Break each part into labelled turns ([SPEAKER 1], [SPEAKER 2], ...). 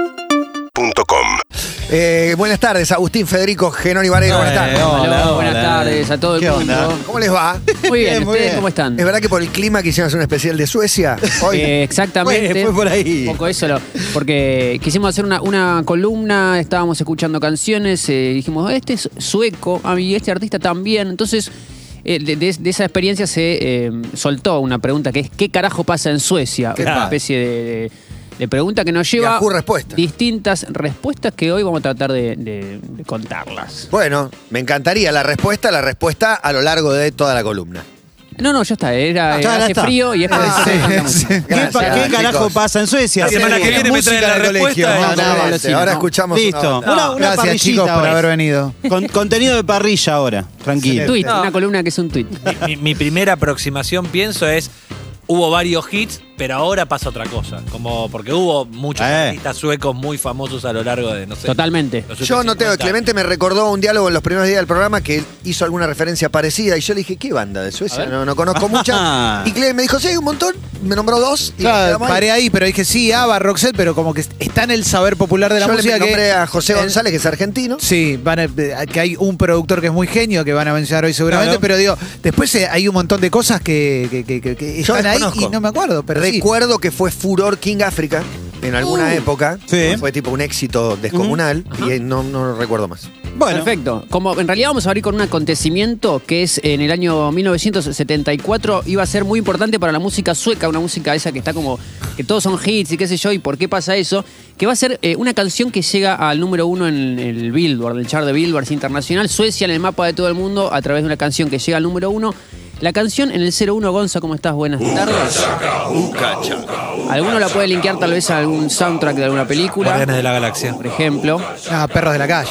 [SPEAKER 1] UrbanaPlayFM.com
[SPEAKER 2] Eh, buenas tardes, Agustín Federico Genoni Varela, buenas
[SPEAKER 3] Eh,
[SPEAKER 2] tardes.
[SPEAKER 3] hola,
[SPEAKER 4] Hola,
[SPEAKER 3] hola.
[SPEAKER 4] buenas tardes a todo el
[SPEAKER 3] ¿Qué
[SPEAKER 4] mundo.
[SPEAKER 3] onda?
[SPEAKER 2] ¿Cómo les va?
[SPEAKER 4] Muy bien,
[SPEAKER 3] Bien, muy
[SPEAKER 4] ¿ustedes
[SPEAKER 3] bien.
[SPEAKER 4] cómo están?
[SPEAKER 2] ¿Es verdad que por el clima quisieron hacer un especial de Suecia hoy?
[SPEAKER 4] Eh, exactamente.
[SPEAKER 3] Fue- fue por ahí.
[SPEAKER 4] Un poco eso, lo- porque quisimos hacer una, una columna, estábamos escuchando canciones, eh, dijimos, este es sueco, ah, y este artista también. Entonces, eh, de, de- de esa experiencia se eh, soltó una pregunta que es, ¿qué carajo pasa en Suecia?
[SPEAKER 2] ¿Qué
[SPEAKER 4] una
[SPEAKER 3] pasa?
[SPEAKER 4] especie de, de- de pregunta que nos lleva
[SPEAKER 2] Yahoo respuesta.
[SPEAKER 4] distintas respuestas que hoy vamos a tratar de, de- de contarlas.
[SPEAKER 2] Bueno, me encantaría la respuesta, la respuesta a lo largo de toda la columna.
[SPEAKER 4] No, no, ya está, era,
[SPEAKER 3] Ah, ya
[SPEAKER 4] hace
[SPEAKER 3] está.
[SPEAKER 4] frío y es por eso
[SPEAKER 2] Ah,
[SPEAKER 4] que
[SPEAKER 2] sí,
[SPEAKER 4] cantamos.
[SPEAKER 2] sí.
[SPEAKER 3] ¿Qué, pa-
[SPEAKER 2] Gracias,
[SPEAKER 3] qué carajo
[SPEAKER 2] chicos.
[SPEAKER 3] pasa en Suecia?
[SPEAKER 5] La semana que viene me traen la respuesta.
[SPEAKER 3] No, no,
[SPEAKER 2] Exactamente.
[SPEAKER 3] golosina,
[SPEAKER 2] ahora
[SPEAKER 4] no.
[SPEAKER 2] escuchamos una
[SPEAKER 3] Listo.
[SPEAKER 2] banda.
[SPEAKER 3] Una, una
[SPEAKER 6] Gracias
[SPEAKER 3] parrillita
[SPEAKER 6] chicos por
[SPEAKER 3] hoy.
[SPEAKER 6] haber venido.
[SPEAKER 3] Con- contenido de parrilla ahora,
[SPEAKER 6] Este.
[SPEAKER 3] tranquilo.
[SPEAKER 4] Tweet, una columna que es un tweet.
[SPEAKER 5] Mi, mi primera aproximación, pienso, es. Hubo varios hits, pero ahora pasa otra cosa. Como porque hubo muchos
[SPEAKER 3] Eh.
[SPEAKER 5] artistas suecos muy famosos a lo largo de, no sé.
[SPEAKER 4] Totalmente.
[SPEAKER 5] los
[SPEAKER 2] Yo
[SPEAKER 5] últimos
[SPEAKER 2] no tengo,
[SPEAKER 5] 50.
[SPEAKER 2] Clemente me recordó un diálogo en los primeros días del programa que él hizo alguna referencia parecida y yo le dije, ¿qué banda de Suecia? No, no conozco mucha. Y Clemente me dijo, sí, hay un montón, me nombró dos y nos
[SPEAKER 6] Claro,
[SPEAKER 2] quedamos ahí.
[SPEAKER 6] paré ahí, pero dije sí, Ava, Roxette, pero como que está en el saber popular de la
[SPEAKER 2] yo
[SPEAKER 6] música.
[SPEAKER 2] le
[SPEAKER 6] que-
[SPEAKER 2] nombré a José
[SPEAKER 6] eh,
[SPEAKER 2] González, que es argentino.
[SPEAKER 6] Sí, van a- eh, que hay un productor que es muy genio que van a mencionar hoy seguramente,
[SPEAKER 3] Claro.
[SPEAKER 6] pero digo, después eh, hay un montón de cosas que, que- que- que- que
[SPEAKER 2] Yo
[SPEAKER 6] están ahí
[SPEAKER 2] desconozco.
[SPEAKER 6] y no me acuerdo, pero sí.
[SPEAKER 2] Recuerdo que fue furor King África en alguna época.
[SPEAKER 3] Sí.
[SPEAKER 2] Fue tipo un éxito descomunal y eh, no, no lo recuerdo más.
[SPEAKER 3] Bueno,
[SPEAKER 4] Perfecto. Como en realidad vamos a abrir con un acontecimiento que es en el año 1974 iba a ser muy importante para la música sueca, una música esa que está como que todos son hits y qué sé yo y por qué pasa eso, que va a ser eh, una canción que llega al número uno en el Billboard, el chart de Billboard internacional, Suecia en el mapa de todo el mundo a través de una canción que llega al número uno. La canción en el 01, Gonza, ¿cómo estás? Buenas tardes. Alguno la puede linkear tal vez a algún soundtrack de alguna
[SPEAKER 5] Guardianes
[SPEAKER 4] película,
[SPEAKER 5] de la Galaxia.
[SPEAKER 4] por ejemplo.
[SPEAKER 6] Ah, perros de la calle.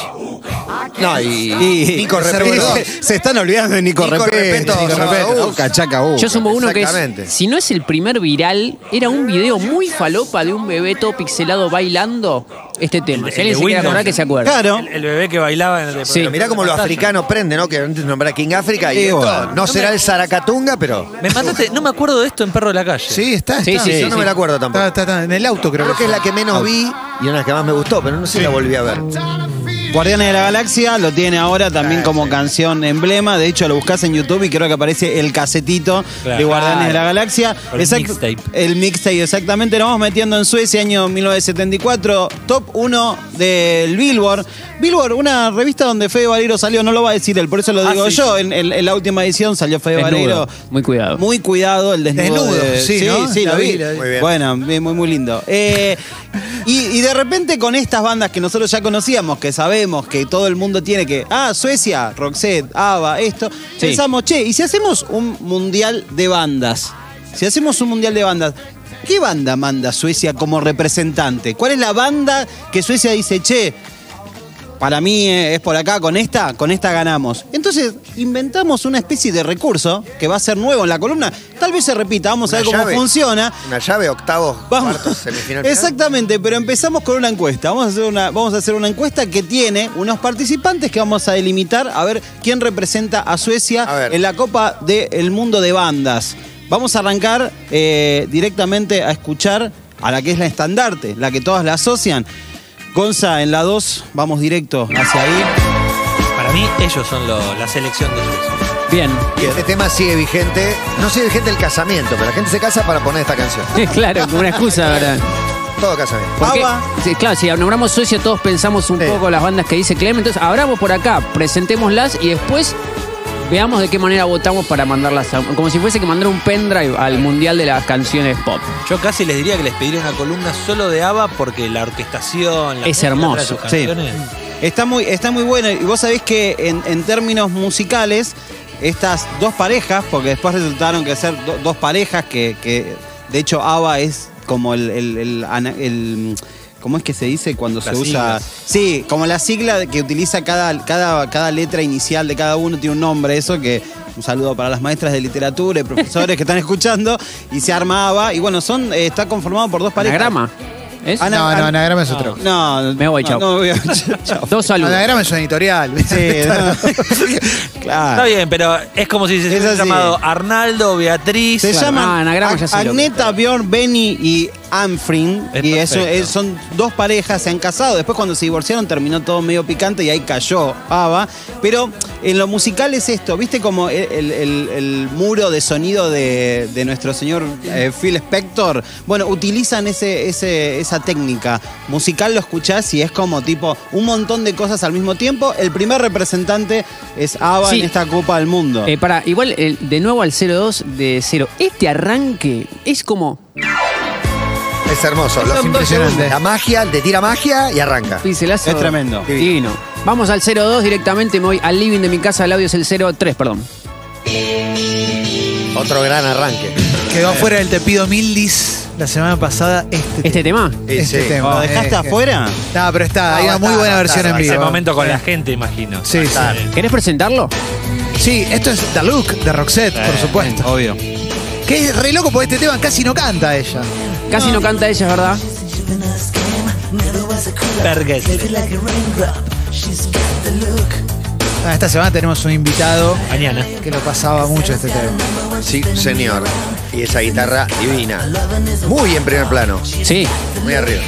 [SPEAKER 2] No, y,
[SPEAKER 3] Y-
[SPEAKER 2] Nico
[SPEAKER 6] Se
[SPEAKER 2] Repeto.
[SPEAKER 6] reveló.
[SPEAKER 3] se están olvidando de Nico,
[SPEAKER 2] Nico Repetto,
[SPEAKER 3] Repetto. Nico
[SPEAKER 6] Ah,
[SPEAKER 2] Sábado
[SPEAKER 3] Repetto.
[SPEAKER 2] Bus.
[SPEAKER 3] Uca, chaca, uca.
[SPEAKER 4] Yo sumo uno que
[SPEAKER 2] Exactamente.
[SPEAKER 4] es, si no es el primer viral, era un video muy falopa de un bebé todo pixelado bailando este tema. Si alguien se
[SPEAKER 5] el de
[SPEAKER 4] quiere
[SPEAKER 5] Windows.
[SPEAKER 4] acordar, que se acuerde.
[SPEAKER 3] Claro.
[SPEAKER 5] El, el bebé que bailaba en el
[SPEAKER 4] Sí.
[SPEAKER 2] Pero mirá cómo lo africano prende, ¿no? Que antes nombré a King África y
[SPEAKER 3] Sí,
[SPEAKER 2] esto
[SPEAKER 3] bueno.
[SPEAKER 2] no será el Zaracatunga, pero
[SPEAKER 5] Me mataste, no me acuerdo de esto en Perro de la Calle.
[SPEAKER 6] Sí, está,
[SPEAKER 4] Sí,
[SPEAKER 6] está.
[SPEAKER 4] sí,
[SPEAKER 2] yo
[SPEAKER 4] sí.
[SPEAKER 2] no me la acuerdo
[SPEAKER 6] Está-
[SPEAKER 2] tampoco.
[SPEAKER 6] está- está en el auto creo,
[SPEAKER 2] Creo que es la que menos vi y una de las que más me gustó, pero no sé si la volví a ver.
[SPEAKER 3] Guardianes de la Galaxia lo tiene ahora
[SPEAKER 5] Ah,
[SPEAKER 3] también como canción emblema. De hecho, lo buscas en YouTube y creo que aparece el casetito
[SPEAKER 5] Claro.
[SPEAKER 3] de Guardianes de la Galaxia.
[SPEAKER 5] El
[SPEAKER 3] Exact-
[SPEAKER 5] mixtape.
[SPEAKER 3] El mixtape, exactamente. Lo vamos metiendo en Suecia, año 1974. Top 1 del Billboard. Billboard, una revista donde Fede Valero salió. No lo va a decir él, por eso lo
[SPEAKER 5] Ah,
[SPEAKER 3] digo
[SPEAKER 5] sí,
[SPEAKER 3] yo. En, en- en la última edición salió Fede
[SPEAKER 4] Desnudo.
[SPEAKER 3] Valero.
[SPEAKER 4] Muy cuidado.
[SPEAKER 3] Muy cuidado el desnudo.
[SPEAKER 6] Desnudo,
[SPEAKER 3] de-
[SPEAKER 6] sí,
[SPEAKER 3] sí,
[SPEAKER 6] ¿no?
[SPEAKER 3] sí,
[SPEAKER 6] La
[SPEAKER 3] lo
[SPEAKER 6] vi,
[SPEAKER 3] vi.
[SPEAKER 6] la vi.
[SPEAKER 2] Muy bien.
[SPEAKER 3] Bueno, eh, muy, muy lindo. Eh, y, y de repente con estas bandas que nosotros ya conocíamos, que sabemos que todo el mundo tiene que. Ah, Suecia, Roxette, ABBA, esto. Pensamos, che, ¿y si hacemos un mundial de bandas? Si hacemos un mundial de bandas. ¿Qué banda manda Suecia como representante? ¿Cuál es la banda que Suecia dice, che, para mí eh, es por acá, con esta, con esta ganamos. Entonces inventamos una especie de recurso que va a ser nuevo en la columna. Tal vez se repita, vamos a ver
[SPEAKER 2] Una
[SPEAKER 3] cómo
[SPEAKER 2] llave.
[SPEAKER 3] funciona.
[SPEAKER 2] Una llave, octavos,
[SPEAKER 3] Vamos.
[SPEAKER 2] cuartos, semifinal. final.
[SPEAKER 3] Exactamente, pero empezamos con una encuesta. Vamos a, hacer una, vamos a hacer una encuesta que tiene unos participantes que vamos a delimitar a ver quién representa a Suecia
[SPEAKER 2] A ver.
[SPEAKER 3] en la Copa del Mundo de Bandas. Vamos a arrancar eh, directamente a escuchar a la que es la estandarte, la que todas la asocian. Gonza, en la 2, vamos directo hacia ahí.
[SPEAKER 5] Para mí, ellos son lo- la selección de Suecia.
[SPEAKER 4] Bien.
[SPEAKER 2] Y Este tema sigue vigente. No sigue vigente el casamiento, pero la gente se casa para poner esta canción.
[SPEAKER 4] claro, como una excusa, ¿verdad?
[SPEAKER 2] Todo casamiento.
[SPEAKER 4] Porque,
[SPEAKER 3] ABBA.
[SPEAKER 4] sí, claro, si nombramos Suecia, todos pensamos un
[SPEAKER 2] Sí.
[SPEAKER 4] poco las bandas que dice Clem. Entonces, abramos por acá, presentémoslas y después veamos de qué manera votamos para mandarlas. a- como si fuese que mandar un pendrive al mundial de las canciones pop.
[SPEAKER 5] Yo casi les diría que les pediría una columna solo de ABBA porque la orquestación. La
[SPEAKER 4] Es
[SPEAKER 5] letra de
[SPEAKER 4] hermoso.
[SPEAKER 5] sus
[SPEAKER 3] Sí.
[SPEAKER 5] canciones.
[SPEAKER 3] Está muy, está muy bueno. Y vos sabés que en, en términos musicales, estas dos parejas, porque después resultaron que ser do- dos parejas, que, que, de hecho ABBA es como el, el- el ana- el- ¿Cómo es que se dice cuando
[SPEAKER 5] Las
[SPEAKER 3] se usa?
[SPEAKER 5] siglas.
[SPEAKER 3] Sí, como la sigla que utiliza cada, cada, cada letra inicial de cada uno, tiene un nombre, eso que. Un saludo para las maestras de literatura y profesores que están escuchando. Y se arma ABBA. Y bueno, son, eh, está conformado por dos parejas.
[SPEAKER 4] Anagrama. ¿Es?
[SPEAKER 3] Ana- Ah,
[SPEAKER 6] No, no, Anagrama es otro.
[SPEAKER 3] No,
[SPEAKER 4] Me voy,
[SPEAKER 3] no,
[SPEAKER 4] chau.
[SPEAKER 3] no me voy, chau, chau.
[SPEAKER 4] Dos saludos.
[SPEAKER 6] Anagrama es un editorial.
[SPEAKER 3] Sí,
[SPEAKER 5] Está
[SPEAKER 3] no.
[SPEAKER 6] Ah.
[SPEAKER 3] claro.
[SPEAKER 5] bien, pero es como si se
[SPEAKER 3] Es
[SPEAKER 5] hubiera
[SPEAKER 3] así.
[SPEAKER 5] llamado Arnaldo, Beatriz.
[SPEAKER 3] Se
[SPEAKER 4] Claro.
[SPEAKER 3] llaman
[SPEAKER 4] Ah, anagrama ya sé lo que-
[SPEAKER 3] Agneta, Bjorn, Benny y Amfrin.
[SPEAKER 5] Es
[SPEAKER 3] y eso,
[SPEAKER 5] perfecto.
[SPEAKER 3] es- son dos parejas, se han casado. Después cuando se divorciaron terminó todo medio picante y ahí cayó Ava. Pero en lo musical es esto, ¿viste como el, el- el- el muro de sonido de, de nuestro señor eh, Phil Spector? Bueno, utilizan ese, ese- esa técnica. Musical lo escuchás y es como tipo un montón de cosas al mismo tiempo. El primer representante es Ava
[SPEAKER 4] Sí.
[SPEAKER 3] en esta Copa del Mundo.
[SPEAKER 4] Eh, para, igual eh, de nuevo al 0-2 de 0. Este arranque es como.
[SPEAKER 2] Es hermoso. Los
[SPEAKER 4] Son dos
[SPEAKER 2] impresionantes.
[SPEAKER 4] segundos.
[SPEAKER 2] La magia, te tira magia y arranca.
[SPEAKER 4] Pincelazo.
[SPEAKER 3] Es tremendo.
[SPEAKER 4] Divino. Divino. Vamos al 0-2 directamente, me voy al living de mi casa, el audio es el 0-3, perdón.
[SPEAKER 2] Otro gran arranque.
[SPEAKER 6] Quedó afuera del Tepido Mildis la semana pasada este,
[SPEAKER 4] Este tema.
[SPEAKER 6] este
[SPEAKER 2] Sí.
[SPEAKER 6] tema.
[SPEAKER 3] ¿Lo dejaste
[SPEAKER 6] Es que-
[SPEAKER 3] afuera?
[SPEAKER 6] No, pero está, hay
[SPEAKER 2] va a
[SPEAKER 6] una muy
[SPEAKER 2] estar,
[SPEAKER 6] buena
[SPEAKER 2] va a
[SPEAKER 6] versión
[SPEAKER 2] estar,
[SPEAKER 6] en
[SPEAKER 2] va a
[SPEAKER 6] vivo.
[SPEAKER 5] Ese
[SPEAKER 2] Vivo.
[SPEAKER 5] momento con la gente, imagino.
[SPEAKER 6] Sí, sí.
[SPEAKER 4] ¿Querés presentarlo?
[SPEAKER 6] Sí, esto es The Look de Roxette, por supuesto.
[SPEAKER 3] Obvio.
[SPEAKER 6] Que es re loco porque este tema casi no canta ella.
[SPEAKER 4] Casi no, canta ella, es ¿verdad?
[SPEAKER 5] Vergues.
[SPEAKER 6] Ah, esta semana tenemos un invitado
[SPEAKER 5] Mañana.
[SPEAKER 6] que lo pasaba mucho este tema.
[SPEAKER 2] Sí, señor. Y esa guitarra divina. Muy en primer plano.
[SPEAKER 4] Sí.
[SPEAKER 2] Muy arriba.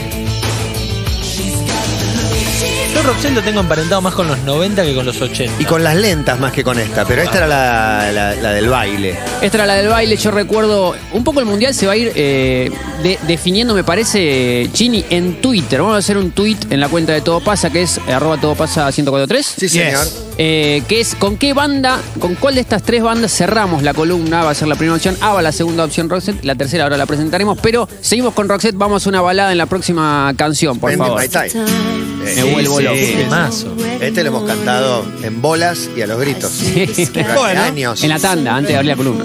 [SPEAKER 5] Yo Roxanne lo tengo emparentado más con los 90 que con los 80.
[SPEAKER 2] Y con las lentas más que con esta, pero esta era la, la- la del baile.
[SPEAKER 4] Esta era la del baile, yo recuerdo. Un poco el mundial se va a ir eh, de- definiendo, me parece, Chini, en Twitter. Vamos a hacer un tweet en la cuenta de Todo Pasa, que es eh, arroba Todo Pasa 1043.
[SPEAKER 2] Sí, señor.
[SPEAKER 4] Eh, que es con qué banda, con cuál de estas tres bandas cerramos la columna. Va a ser la primera opción, ABBA la segunda opción, Roxette. La tercera ahora la presentaremos, pero seguimos con Roxette. Vamos a una balada en la próxima canción, por
[SPEAKER 2] Bend It
[SPEAKER 4] favor.
[SPEAKER 2] My Time.
[SPEAKER 4] Me
[SPEAKER 2] Sí,
[SPEAKER 4] vuelvo
[SPEAKER 5] sí.
[SPEAKER 4] loco.
[SPEAKER 5] Temazo.
[SPEAKER 2] Este lo hemos cantado en bolas y a los gritos. Durante
[SPEAKER 5] Bueno.
[SPEAKER 2] años.
[SPEAKER 4] En la tanda, antes de abrir la columna.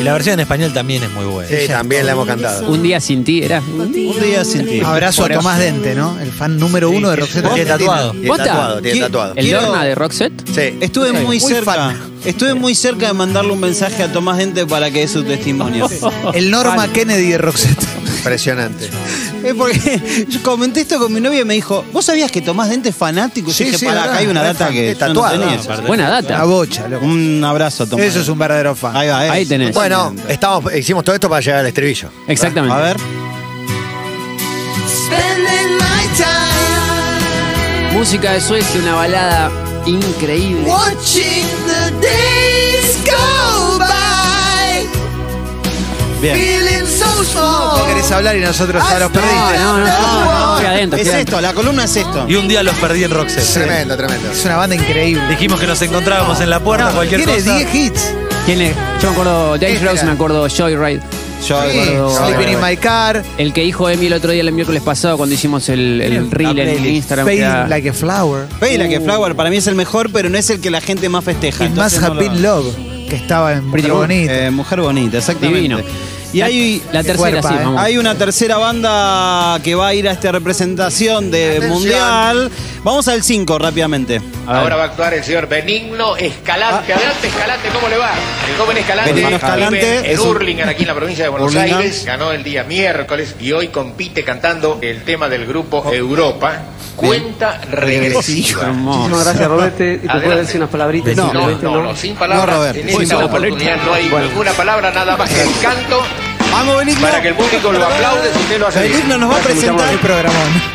[SPEAKER 5] Y la versión en español también es muy buena.
[SPEAKER 2] Sí, también la hemos cantado.
[SPEAKER 4] Un día sin ti, era.
[SPEAKER 3] Un día sin ti.
[SPEAKER 6] Abrazo a Tomás Dente, ¿no? El fan número uno de Roxette.
[SPEAKER 5] Tiene
[SPEAKER 6] Argentina.
[SPEAKER 5] tatuado.
[SPEAKER 2] Tiene
[SPEAKER 4] ¿Posta?
[SPEAKER 2] tatuado, tiene
[SPEAKER 3] ¿Quién?
[SPEAKER 2] tatuado.
[SPEAKER 4] El
[SPEAKER 3] Quiero-
[SPEAKER 4] Dorna de Roxette.
[SPEAKER 2] Sí.
[SPEAKER 3] Estuve
[SPEAKER 6] Sí.
[SPEAKER 3] muy,
[SPEAKER 6] Muy
[SPEAKER 3] cerca.
[SPEAKER 6] fan.
[SPEAKER 3] Estuve muy cerca de mandarle un mensaje a Tomás Dente para que dé su testimonio.
[SPEAKER 6] El Norma Kennedy de Roxette.
[SPEAKER 2] Impresionante.
[SPEAKER 3] es porque yo comenté esto con mi novia y me dijo, ¿vos sabías que Tomás Dente es fanático? Y yo
[SPEAKER 6] Sí,
[SPEAKER 3] dije,
[SPEAKER 6] sí,
[SPEAKER 3] pará,
[SPEAKER 6] es
[SPEAKER 3] acá hay una
[SPEAKER 6] verdad,
[SPEAKER 3] data
[SPEAKER 6] es
[SPEAKER 3] que yo no
[SPEAKER 2] tatuado,
[SPEAKER 3] tenía".
[SPEAKER 2] no,
[SPEAKER 5] aparte.
[SPEAKER 4] Buena
[SPEAKER 6] La
[SPEAKER 4] data.
[SPEAKER 6] bocha, loco.
[SPEAKER 3] Un abrazo, Tomás.
[SPEAKER 6] Eso es un verdadero fan.
[SPEAKER 3] Ahí va, eh.
[SPEAKER 4] Ahí tenés.
[SPEAKER 2] Bueno, estamos, hicimos todo esto para llegar al estribillo.
[SPEAKER 4] Exactamente.
[SPEAKER 3] A ver.
[SPEAKER 4] Música de Suecia, una balada increíble.
[SPEAKER 3] Bien.
[SPEAKER 6] Vos querés hablar y nosotros ya los
[SPEAKER 4] Ah, No,
[SPEAKER 6] perdiste.
[SPEAKER 4] no, no, no, no, estoy adentro,
[SPEAKER 3] Es
[SPEAKER 4] estoy adentro.
[SPEAKER 3] esto, la columna es esto.
[SPEAKER 5] Y un día los perdí en Roxette.
[SPEAKER 2] Tremendo, tremendo.
[SPEAKER 6] Es una banda increíble.
[SPEAKER 5] Dijimos que nos encontrábamos en la puerta, cualquier
[SPEAKER 6] Tiene
[SPEAKER 5] cosa.
[SPEAKER 6] 10 hits.
[SPEAKER 3] este.
[SPEAKER 4] ¿Quién es? Yo me acuerdo James
[SPEAKER 6] Espera.
[SPEAKER 4] Rose, me acuerdo Joyride.
[SPEAKER 3] Yo
[SPEAKER 6] Sí,
[SPEAKER 3] recuerdo-
[SPEAKER 6] Sleeping in My Car.
[SPEAKER 4] El que dijo Emi el otro día, el miércoles pasado, cuando hicimos el, el reel en
[SPEAKER 3] playlist.
[SPEAKER 4] Instagram. que era-
[SPEAKER 6] Fading Like a Flower.
[SPEAKER 3] Fey, la que Flower para mí es el mejor, pero no es el que la gente más festeja.
[SPEAKER 6] Uh. Y Más
[SPEAKER 3] entonces no lo-
[SPEAKER 6] Happy Love, que estaba en
[SPEAKER 4] Pretty
[SPEAKER 6] Pretty
[SPEAKER 4] Woman.
[SPEAKER 6] Bonito.
[SPEAKER 3] Eh, mujer bonita, exactamente.
[SPEAKER 4] Divino.
[SPEAKER 3] Y
[SPEAKER 4] La-
[SPEAKER 3] hay
[SPEAKER 4] la tercera,
[SPEAKER 6] Cuerpa,
[SPEAKER 4] sí,
[SPEAKER 6] eh.
[SPEAKER 4] vamos.
[SPEAKER 3] Hay una tercera banda que va a ir a esta representación de
[SPEAKER 2] Atención.
[SPEAKER 3] Mundial. Vamos al 5 rápidamente.
[SPEAKER 4] A ver.
[SPEAKER 1] Ahora va a actuar el señor Benigno Escalante. Adelante, Escalante, ¿cómo le va? El joven Escalante,
[SPEAKER 3] Ah. Benigno Escalante
[SPEAKER 1] vive en
[SPEAKER 3] es un-
[SPEAKER 1] Hurlingham, aquí en la provincia de Buenos
[SPEAKER 3] Hurlingham.
[SPEAKER 1] Aires. Ganó el día miércoles y hoy compite cantando el tema del grupo Europa. Cuenta regresiva.
[SPEAKER 4] Hermoso.
[SPEAKER 7] Muchísimas gracias, Roberto. ¿Y te puedo
[SPEAKER 1] Adelante.
[SPEAKER 7] decir unas palabritas?
[SPEAKER 1] No, no,
[SPEAKER 7] Roberto,
[SPEAKER 1] no, sin palabras.
[SPEAKER 3] No, Roberto.
[SPEAKER 1] en esta oportunidad no hay ninguna palabra, nada más que el canto
[SPEAKER 3] Vamos, Benigno.
[SPEAKER 1] para que el público lo aplaude si usted lo hace bien.
[SPEAKER 3] Benigno nos va a presentar
[SPEAKER 6] El programón.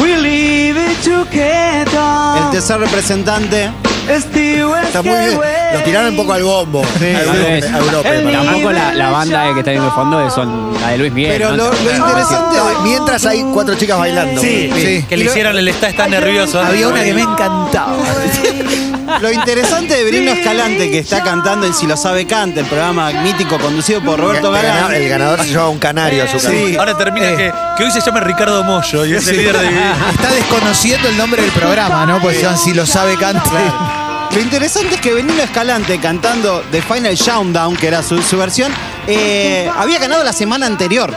[SPEAKER 7] We live it
[SPEAKER 3] el
[SPEAKER 7] together.
[SPEAKER 3] tercer representante.
[SPEAKER 7] Steve
[SPEAKER 2] Está muy bien. Lo tiraron un poco al bombo. a
[SPEAKER 4] Tal vez.
[SPEAKER 2] Europa. a Europa,
[SPEAKER 7] El
[SPEAKER 2] para-
[SPEAKER 4] Tampoco la, la banda que está viendo de fondo es son la de Luis Miguel.
[SPEAKER 6] Pero
[SPEAKER 4] ¿no?
[SPEAKER 6] lo- lo interesante-
[SPEAKER 2] No, Mientras hay cuatro chicas bailando.
[SPEAKER 5] Sí,
[SPEAKER 6] Sí.
[SPEAKER 5] que le
[SPEAKER 6] Y lo-
[SPEAKER 5] hicieron el está, está nervioso.
[SPEAKER 6] Había una que me encantaba.
[SPEAKER 3] Lo interesante de Benigno Escalante, que está cantando en Si lo sabe canta, el programa mítico conducido por Roberto
[SPEAKER 2] El ganador- El
[SPEAKER 3] Galán.
[SPEAKER 2] ganador se llevaba un canario a su casa.
[SPEAKER 6] Sí.
[SPEAKER 5] Ahora termina
[SPEAKER 6] Eh.
[SPEAKER 5] que, que hoy se llama Ricardo Mollo y es el líder de
[SPEAKER 6] Está desconociendo el nombre del programa, ¿no? Porque son, si lo sabe canta.
[SPEAKER 3] Lo interesante es que Benigno Escalante cantando The Final Showdown, que era su, su versión, eh, había ganado la semana anterior.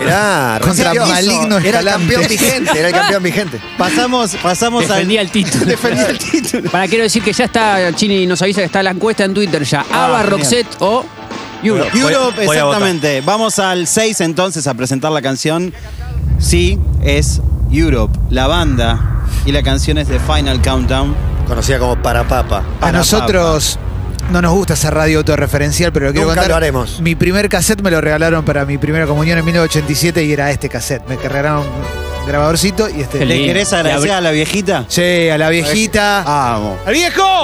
[SPEAKER 2] Era
[SPEAKER 6] Contra Maligno
[SPEAKER 2] Era el campeón
[SPEAKER 6] Escalante.
[SPEAKER 2] vigente, era el campeón vigente.
[SPEAKER 3] Pasamos, pasamos al.
[SPEAKER 4] Defendía el título.
[SPEAKER 3] Defendía el título.
[SPEAKER 4] Para quiero decir que ya está, Chini nos avisa que está la encuesta en Twitter ya.
[SPEAKER 3] Ah,
[SPEAKER 4] Ava,
[SPEAKER 3] genial.
[SPEAKER 4] Roxette o Europe.
[SPEAKER 5] Voy-
[SPEAKER 3] Europe,
[SPEAKER 5] voy a votar.
[SPEAKER 3] exactamente. Vamos al 6 entonces a presentar la canción. Sí, es Europe, la banda. Y la canción es The Final Countdown.
[SPEAKER 6] Ah,
[SPEAKER 2] Conocida como Parapapa.
[SPEAKER 6] A nosotros no nos gusta hacer radio autorreferencial, pero lo quiero
[SPEAKER 2] Nunca
[SPEAKER 6] contar.
[SPEAKER 2] lo haremos.
[SPEAKER 6] Mi primer cassette me lo regalaron para mi primera comunión en 1987 y era este cassette. Me regalaron un grabadorcito y este.
[SPEAKER 4] Qué
[SPEAKER 3] ¿Le
[SPEAKER 4] lindo.
[SPEAKER 3] querés agradecer
[SPEAKER 4] Le abrí-
[SPEAKER 3] a la viejita?
[SPEAKER 6] Che, a la viejita.
[SPEAKER 3] Vamos.
[SPEAKER 6] ¡Al viejo!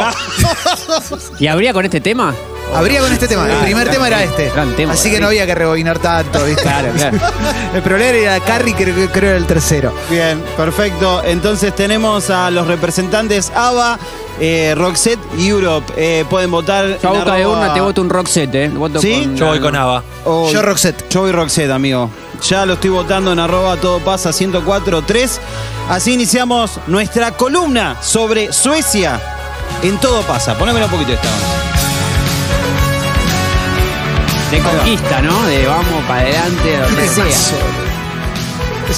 [SPEAKER 4] ¿Y habría con este tema?
[SPEAKER 6] Abría con este tema. El primer tema era este.
[SPEAKER 4] gran tema,
[SPEAKER 6] Así que no había que rebobinar tanto, ¿viste?
[SPEAKER 4] Claro, claro.
[SPEAKER 6] El problema era Carrie, creo, que- creo era el tercero.
[SPEAKER 3] Bien, perfecto. Entonces tenemos a los representantes ABBA, eh, Roxette y Europe. Eh, pueden votar.
[SPEAKER 4] Yo a
[SPEAKER 3] en
[SPEAKER 4] boca de
[SPEAKER 3] arroba-
[SPEAKER 4] urna te voto un rock set, ¿eh? Voto
[SPEAKER 3] ¿Sí?
[SPEAKER 4] con-
[SPEAKER 5] Yo voy con Ava.
[SPEAKER 3] Oh,
[SPEAKER 6] Yo Roxette.
[SPEAKER 3] Yo voy Roxette, amigo. Ya lo estoy votando en arroba todo pasa 104.3. Así iniciamos nuestra columna sobre Suecia en todo pasa. Ponémelo un poquito esta. onda.
[SPEAKER 4] De conquista, ¿no? De vamos para adelante, lo que sea.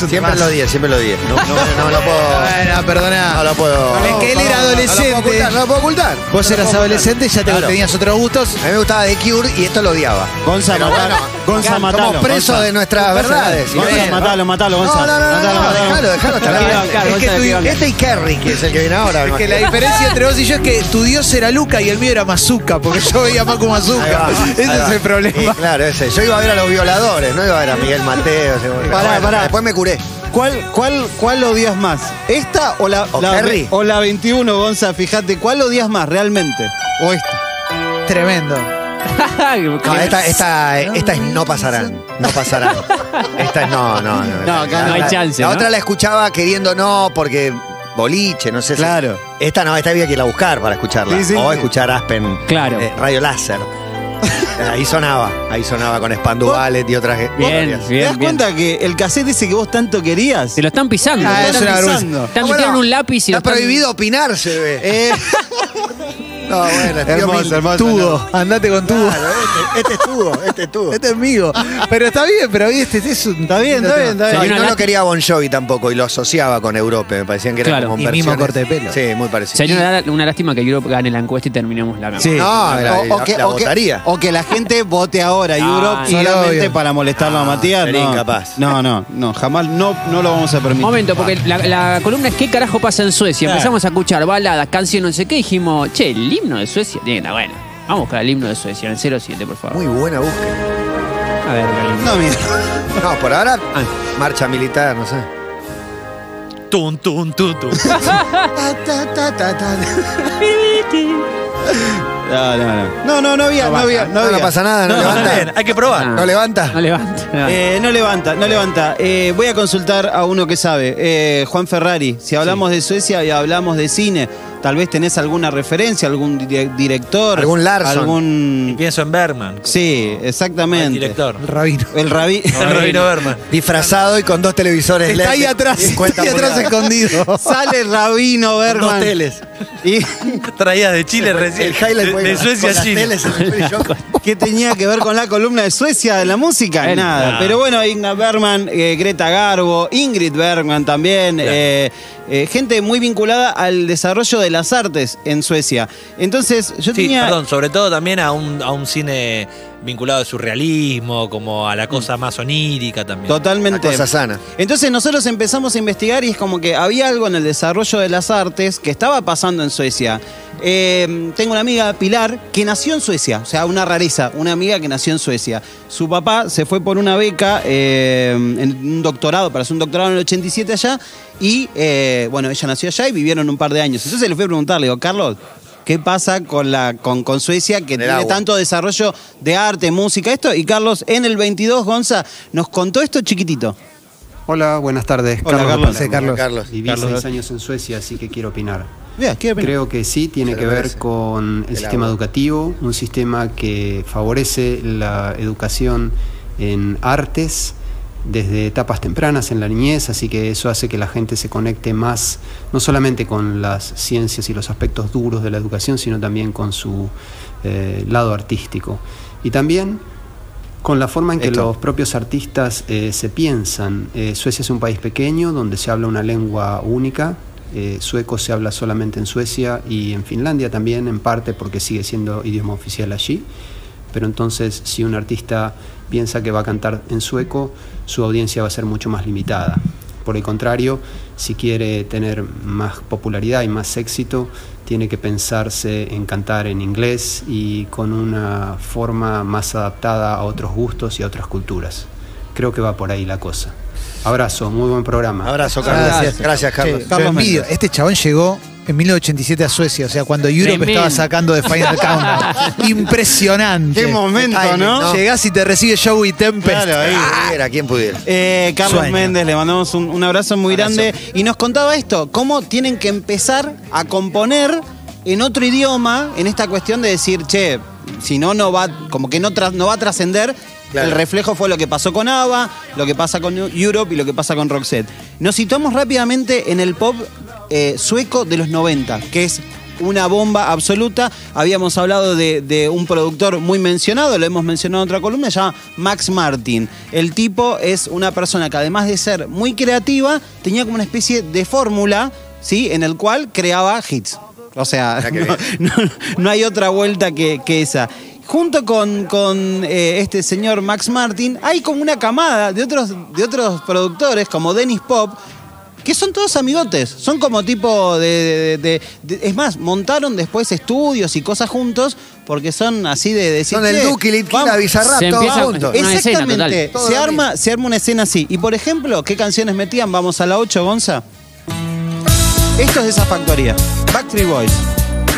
[SPEAKER 2] Siempre lo odié, siempre lo odié. No, no, no lo puedo.
[SPEAKER 6] Bueno, perdona.
[SPEAKER 2] No lo puedo.
[SPEAKER 6] Es que él era
[SPEAKER 2] No, no, No lo puedo
[SPEAKER 6] adolescente.
[SPEAKER 2] ocultar. No lo puedo ocultar. No
[SPEAKER 6] Vos
[SPEAKER 2] lo
[SPEAKER 6] eras
[SPEAKER 2] puedo
[SPEAKER 6] adolescente y ya te-
[SPEAKER 2] Claro.
[SPEAKER 6] tenías otros gustos.
[SPEAKER 2] ocultar. A mí me gustaba The Cure y esto lo odiaba.
[SPEAKER 3] Gonza,
[SPEAKER 2] Pero
[SPEAKER 3] matalo.
[SPEAKER 2] bueno,
[SPEAKER 3] Gonza, matalo.
[SPEAKER 2] Somos presos
[SPEAKER 3] Gonza.
[SPEAKER 2] de nuestras verdades.
[SPEAKER 3] Gonza,
[SPEAKER 2] Bien.
[SPEAKER 3] matalo, matalo, Gonza.
[SPEAKER 2] No, no, no,
[SPEAKER 3] Matalo,
[SPEAKER 2] no, no,
[SPEAKER 3] matalo.
[SPEAKER 2] dejalo, dejalo hasta la
[SPEAKER 4] Te pido
[SPEAKER 2] vez.
[SPEAKER 4] bancar,
[SPEAKER 2] Es
[SPEAKER 4] Gonza,
[SPEAKER 2] que
[SPEAKER 4] te
[SPEAKER 2] tu-
[SPEAKER 4] pido bancar.
[SPEAKER 2] Este y Kerry, que es el que viene ahora. me
[SPEAKER 6] Que la
[SPEAKER 2] imagino.
[SPEAKER 6] diferencia entre vos y yo es que tu dios era Luca y el mío era Mazuca, porque yo veía a Macu
[SPEAKER 2] Ahí va,
[SPEAKER 6] Mazuca. Ese
[SPEAKER 2] ahí
[SPEAKER 6] es
[SPEAKER 2] va.
[SPEAKER 6] el problema.
[SPEAKER 2] Y claro, ese. Yo iba a ver a los violadores, no iba a ver a Miguel Mateo. seguro.
[SPEAKER 3] Pará,
[SPEAKER 2] Bueno,
[SPEAKER 3] pará.
[SPEAKER 2] Después me curé.
[SPEAKER 3] ¿Cuál, cuál, ¿Cuál odias más? ¿Esta o la,
[SPEAKER 2] ¿O
[SPEAKER 3] la,
[SPEAKER 2] Kerry?
[SPEAKER 3] o la 21, Gonza? Fíjate, ¿cuál odias más realmente? ¿O esta?
[SPEAKER 6] Tremendo.
[SPEAKER 2] No, esta, esta, esta es no pasarán. No pasarán. Esta es no, no, no.
[SPEAKER 4] No, acá no hay chance,
[SPEAKER 2] La
[SPEAKER 4] ¿no?
[SPEAKER 2] otra la escuchaba queriendo no, porque boliche, no sé si-
[SPEAKER 3] Claro.
[SPEAKER 2] Esta no, esta había que ir a buscar para escucharla.
[SPEAKER 3] Sí, sí,
[SPEAKER 2] o
[SPEAKER 3] sí.
[SPEAKER 2] escuchar Aspen.
[SPEAKER 4] Claro.
[SPEAKER 2] eh, Radio Láser. Ahí sonaba, ahí sonaba con Spandu
[SPEAKER 3] Vos-
[SPEAKER 2] Ballet y otras.
[SPEAKER 4] Bien,
[SPEAKER 2] otras.
[SPEAKER 3] ¿Te das
[SPEAKER 4] bien, bien.
[SPEAKER 3] cuenta que el cassette ese que vos tanto querías?
[SPEAKER 4] Se lo están pisando.
[SPEAKER 6] Ah,
[SPEAKER 4] ¿no?
[SPEAKER 6] es
[SPEAKER 3] están
[SPEAKER 6] una vergüenza.
[SPEAKER 3] pisando.
[SPEAKER 4] Están
[SPEAKER 2] Ah, bueno,
[SPEAKER 4] metiendo un lápiz y lo
[SPEAKER 2] Está
[SPEAKER 4] están-
[SPEAKER 2] prohibido opinar, se ve.
[SPEAKER 3] Eh,
[SPEAKER 2] no, bueno, tío Mil-
[SPEAKER 6] Tudo. Andate con tudo.
[SPEAKER 2] Claro, este, este es tubo, este es tubo.
[SPEAKER 6] Este es mío. Pero está bien, pero este es un.
[SPEAKER 3] Está bien, está bien, está
[SPEAKER 2] No,
[SPEAKER 3] bien.
[SPEAKER 2] y
[SPEAKER 4] Sería una
[SPEAKER 2] no lo
[SPEAKER 4] lástima.
[SPEAKER 2] quería Bon Jovi tampoco y lo asociaba con Europa, me parecían que era
[SPEAKER 4] Claro.
[SPEAKER 2] como
[SPEAKER 6] Y mismo
[SPEAKER 2] versiones-
[SPEAKER 6] corte de pelo.
[SPEAKER 2] Sí, muy parecido.
[SPEAKER 4] Sería una, una lástima que Europe gane la encuesta y terminemos la
[SPEAKER 3] Sí.
[SPEAKER 2] No, la, la- la votaría.
[SPEAKER 3] o que la gente vote ahora
[SPEAKER 4] Ah,
[SPEAKER 3] Europe
[SPEAKER 4] sí,
[SPEAKER 3] solamente
[SPEAKER 6] obvio.
[SPEAKER 3] para molestarlo a Matías.
[SPEAKER 2] sería
[SPEAKER 3] no.
[SPEAKER 2] incapaz.
[SPEAKER 3] No, no, no, jamás no, no lo vamos a permitir.
[SPEAKER 4] Momento, porque la, la columna es ¿Qué carajo pasa en Suecia?
[SPEAKER 3] Claro.
[SPEAKER 4] Empezamos a escuchar baladas, canciones, no sé qué. y Dijimos, che, el himno de Suecia. Tiene que estar bueno. Vamos a buscar el himno de Suecia en el 07, por favor.
[SPEAKER 2] Muy buena búsqueda.
[SPEAKER 4] a ver, el himno.
[SPEAKER 3] No, mira.
[SPEAKER 2] No, por ahora, marcha militar, no sé.
[SPEAKER 5] Tun, tun, tun, tun.
[SPEAKER 3] No, no, no. No, no, no había, no, había, no,
[SPEAKER 2] No, no
[SPEAKER 3] había.
[SPEAKER 2] pasa nada, no,
[SPEAKER 5] No, está bien,
[SPEAKER 2] levanta.
[SPEAKER 5] hay que probar.
[SPEAKER 4] Ah.
[SPEAKER 2] No levanta.
[SPEAKER 4] No levanta.
[SPEAKER 3] Eh, no levanta, no levanta. Eh, voy a consultar a uno que sabe. Eh, Juan Ferrari, si hablamos de Suecia y hablamos de cine, tal vez tenés alguna referencia, algún di- director.
[SPEAKER 2] Algún Larsson.
[SPEAKER 5] Y
[SPEAKER 3] Algún...
[SPEAKER 5] pienso en Berman.
[SPEAKER 3] Sí, exactamente.
[SPEAKER 5] El director.
[SPEAKER 6] El rabino.
[SPEAKER 3] El rabí.
[SPEAKER 5] El Rabino Berman.
[SPEAKER 2] Disfrazado y con dos televisores.
[SPEAKER 6] Está ahí
[SPEAKER 2] LED,
[SPEAKER 6] atrás, está
[SPEAKER 2] 50
[SPEAKER 6] ahí atrás
[SPEAKER 2] pulgadas.
[SPEAKER 6] escondido.
[SPEAKER 3] Sale Rabino Berman.
[SPEAKER 2] Dos teles.
[SPEAKER 3] Y
[SPEAKER 5] Traídas de Chile recién.
[SPEAKER 2] El highlight
[SPEAKER 5] de,
[SPEAKER 2] fue
[SPEAKER 5] de
[SPEAKER 2] con-
[SPEAKER 5] Suecia
[SPEAKER 2] con
[SPEAKER 5] a
[SPEAKER 2] las
[SPEAKER 5] Chile.
[SPEAKER 2] teles en el free shop.
[SPEAKER 3] ¿Qué tenía que ver con la columna de Suecia de la música?
[SPEAKER 4] Él,
[SPEAKER 3] Nada.
[SPEAKER 4] nada.
[SPEAKER 3] Pero bueno, Igna Bergman, eh, Greta Garbo, Ingrid Bergman también, eh, eh, gente muy vinculada al desarrollo de las artes en Suecia. Entonces, yo
[SPEAKER 5] Sí,
[SPEAKER 3] tenía.
[SPEAKER 5] perdón, sobre todo también a un, a un cine vinculado al surrealismo, como a la cosa
[SPEAKER 2] Mm.
[SPEAKER 5] más onírica también.
[SPEAKER 3] Totalmente.
[SPEAKER 2] Una cosa sana.
[SPEAKER 3] Entonces nosotros empezamos a investigar y es como que había algo en el desarrollo de las artes que estaba pasando en Suecia. Eh, tengo una amiga, Pilar, que nació en Suecia, o sea, una rareza, una amiga que nació en Suecia. Su papá se fue por una beca, eh, en un doctorado, para hacer un doctorado en el 87 allá, y eh, bueno, ella nació allá y vivieron un par de años. Entonces le fui a preguntar, le digo, Carlos, ¿qué pasa con, la, con, con Suecia que
[SPEAKER 2] Del
[SPEAKER 3] tiene
[SPEAKER 2] agua.
[SPEAKER 3] tanto tanto desarrollo de arte, música, esto. Y Carlos, en el 22, Gonza, nos contó esto chiquitito.
[SPEAKER 8] Hola, buenas tardes.
[SPEAKER 3] Hola, Carlos.
[SPEAKER 6] Sí, Carlos.
[SPEAKER 2] Carlos.
[SPEAKER 8] Viví seis años en Suecia, así que quiero opinar.
[SPEAKER 3] Mira, ¿qué opinás?
[SPEAKER 8] Creo que sí, tiene
[SPEAKER 2] Se lo
[SPEAKER 8] que ver
[SPEAKER 2] merece.
[SPEAKER 8] con el
[SPEAKER 2] El
[SPEAKER 8] sistema
[SPEAKER 2] agua.
[SPEAKER 8] educativo, un sistema que favorece la educación en artes desde etapas tempranas en la niñez, así que eso hace que la gente se conecte más, no solamente con las ciencias y los aspectos duros de la educación, sino también con su eh, lado artístico. Y también con la forma en que
[SPEAKER 3] Esto.
[SPEAKER 8] los propios artistas eh, se piensan. Eh, Suecia es un país pequeño donde se habla una lengua única. Eh, sueco se habla solamente en Suecia y en Finlandia también, en parte porque sigue siendo idioma oficial allí. Pero entonces, si un artista piensa que va a cantar en sueco, su audiencia va a ser mucho más limitada. Por el contrario, si quiere tener más popularidad y más éxito, tiene que pensarse en cantar en inglés y con una forma más adaptada a otros gustos y a otras culturas. Creo que va por ahí la cosa. Abrazo, muy buen programa.
[SPEAKER 2] Abrazo, Carlos.
[SPEAKER 6] Gracias.
[SPEAKER 2] Gracias, Carlos.
[SPEAKER 6] Yo envidio. Este chabón llegó en 1987 a Suecia, o sea, cuando Europe
[SPEAKER 4] Tremendo.
[SPEAKER 6] estaba sacando de Final Countdown. Impresionante.
[SPEAKER 2] Qué momento,
[SPEAKER 6] Ay,
[SPEAKER 2] ¿no?
[SPEAKER 6] Llegás y te recibe Joey Tempest.
[SPEAKER 2] Claro, ahí
[SPEAKER 6] Ah.
[SPEAKER 2] era quien pudiera.
[SPEAKER 3] Eh, Carlos
[SPEAKER 6] Sueño.
[SPEAKER 3] Méndez, le mandamos un, un abrazo muy grande. Y nos contaba esto, cómo tienen que empezar a componer en otro idioma, en esta cuestión de decir, che, si no, no va, como que no, tras- no va a trascender.
[SPEAKER 2] Claro.
[SPEAKER 3] El reflejo fue lo que pasó con ABBA, lo que pasa con Europe y lo que pasa con Roxette. Nos situamos rápidamente en el pop eh, sueco de los 90, que es una bomba absoluta. Habíamos hablado de, de un productor muy mencionado, lo hemos mencionado en otra columna, se llama Max Martin. El tipo es una persona que además de ser muy creativa, tenía como una especie de fórmula, ¿sí? En el cual creaba hits. O sea,
[SPEAKER 2] Ah, qué
[SPEAKER 3] no, no- no hay otra vuelta que, que esa. Junto con, con, eh, este señor Max Martin, hay como una camada de otros, de otros productores, como Dennis Pop, que son todos amigotes. Son como tipo de, de- de- de- Es más, montaron después estudios y cosas juntos, porque son así de, decir,
[SPEAKER 2] Son el
[SPEAKER 3] "Che,
[SPEAKER 2] Duki, Litquila,
[SPEAKER 3] vamos-
[SPEAKER 2] Bizarrap,
[SPEAKER 4] Se
[SPEAKER 2] todos
[SPEAKER 4] empieza-
[SPEAKER 2] juntos.
[SPEAKER 4] Una escena total.
[SPEAKER 3] Exactamente.
[SPEAKER 2] Todo
[SPEAKER 3] Se
[SPEAKER 2] lo
[SPEAKER 3] arma, se arma una escena así. Y por ejemplo, ¿qué canciones metían? Vamos a la 8, Gonza. Esto es de esa factoría. Backstreet Boys.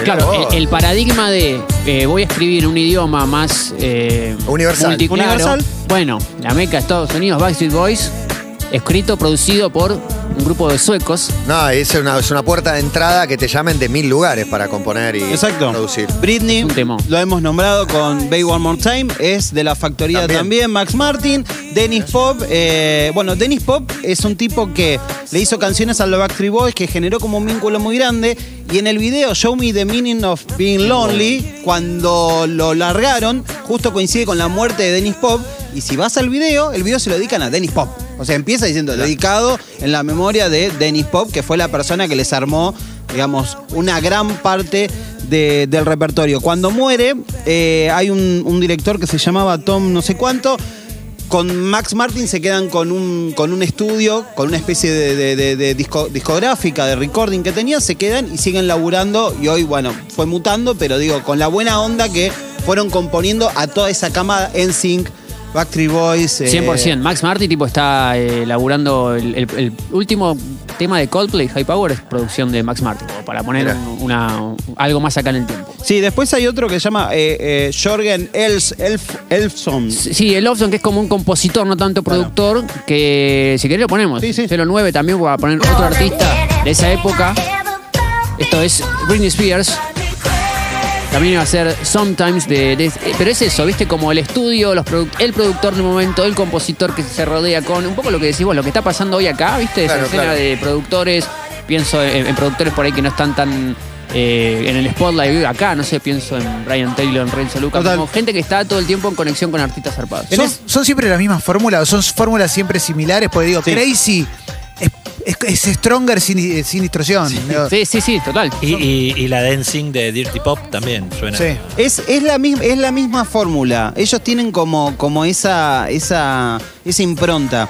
[SPEAKER 4] Claro, el, el paradigma de eh, voy a escribir un idioma más eh,
[SPEAKER 2] Universal.
[SPEAKER 4] multiclaro.
[SPEAKER 3] Universal.
[SPEAKER 4] Bueno, la meca Estados Unidos, Backstreet Boys, escrito, producido por un grupo de suecos.
[SPEAKER 2] No, es una, es una puerta de entrada que te llamen de mil lugares para componer y
[SPEAKER 3] Exacto.
[SPEAKER 2] producir.
[SPEAKER 3] Britney,
[SPEAKER 4] Un temón.
[SPEAKER 3] lo hemos nombrado con Bay One More Time, es de la factoría también,
[SPEAKER 2] También.
[SPEAKER 3] Max Martin, Dennis Pop. eh, bueno, Dennis Pop es un tipo que le hizo canciones a los Backstreet Boys que generó como un vínculo muy grande. Y en el video Show Me the Meaning of Being Lonely, cuando lo largaron, justo coincide con la muerte de Dennis Pop. Y si vas al video, el video se lo dedican a Dennis Pop. O sea, empieza diciendo, dedicado en la memoria de Dennis Pop, que fue la persona que les armó, digamos, una gran parte de- del repertorio. Cuando muere, eh, hay un, un director que se llamaba Tom no sé cuánto. Con Max Martin se quedan con un, con un estudio, con una especie de, de- de- de disco- discográfica, de recording que tenían, se quedan y siguen laburando. Y hoy, bueno, fue mutando, pero digo, con la buena onda que fueron componiendo a toda esa camada en sync, Backstreet Boys. eh,
[SPEAKER 4] 100%. Max Martin tipo está eh, laburando el, el- el último tema de Coldplay, High Power, es producción de Max Martin, como para poner
[SPEAKER 2] Mirá.
[SPEAKER 4] un- una, un- algo más acá en el tiempo.
[SPEAKER 3] Sí, después hay otro que se llama eh, eh, Jorgen Els, Elf- Elfson.
[SPEAKER 4] Sí, el Lobson, que es como un compositor, no tanto productor, que si querés lo ponemos.
[SPEAKER 3] Sí, sí.
[SPEAKER 4] 09 también para poner otro artista de esa época. Esto es Britney Spears. También iba a ser Sometimes de, de- eh, Pero es eso, ¿viste? Como el estudio, los produ- el productor del momento, el compositor que se rodea con. Un poco lo que decís vos, lo que está pasando hoy acá, ¿viste? Esa
[SPEAKER 2] Claro,
[SPEAKER 4] escena
[SPEAKER 2] claro.
[SPEAKER 4] de productores. Pienso en, en productores por ahí que no están tan. eh, en el spotlight acá, no sé, pienso en Brian Taylor, en Renzo Lucas,
[SPEAKER 3] Total.
[SPEAKER 4] como gente que está todo el tiempo en conexión con artistas zarpados.
[SPEAKER 6] ¿Son, son siempre las mismas fórmulas? ¿O son fórmulas siempre similares? Porque digo,
[SPEAKER 3] Sí.
[SPEAKER 6] Crazy es, es- es Stronger sin, sin distorsión. digo.
[SPEAKER 4] Sí, sí, sí, total.
[SPEAKER 5] Y, y- y la dancing de Dirty Pop también suena.
[SPEAKER 6] Sí.
[SPEAKER 3] Es, es, la misma, es la misma fórmula. Ellos tienen como, como esa, esa, esa impronta.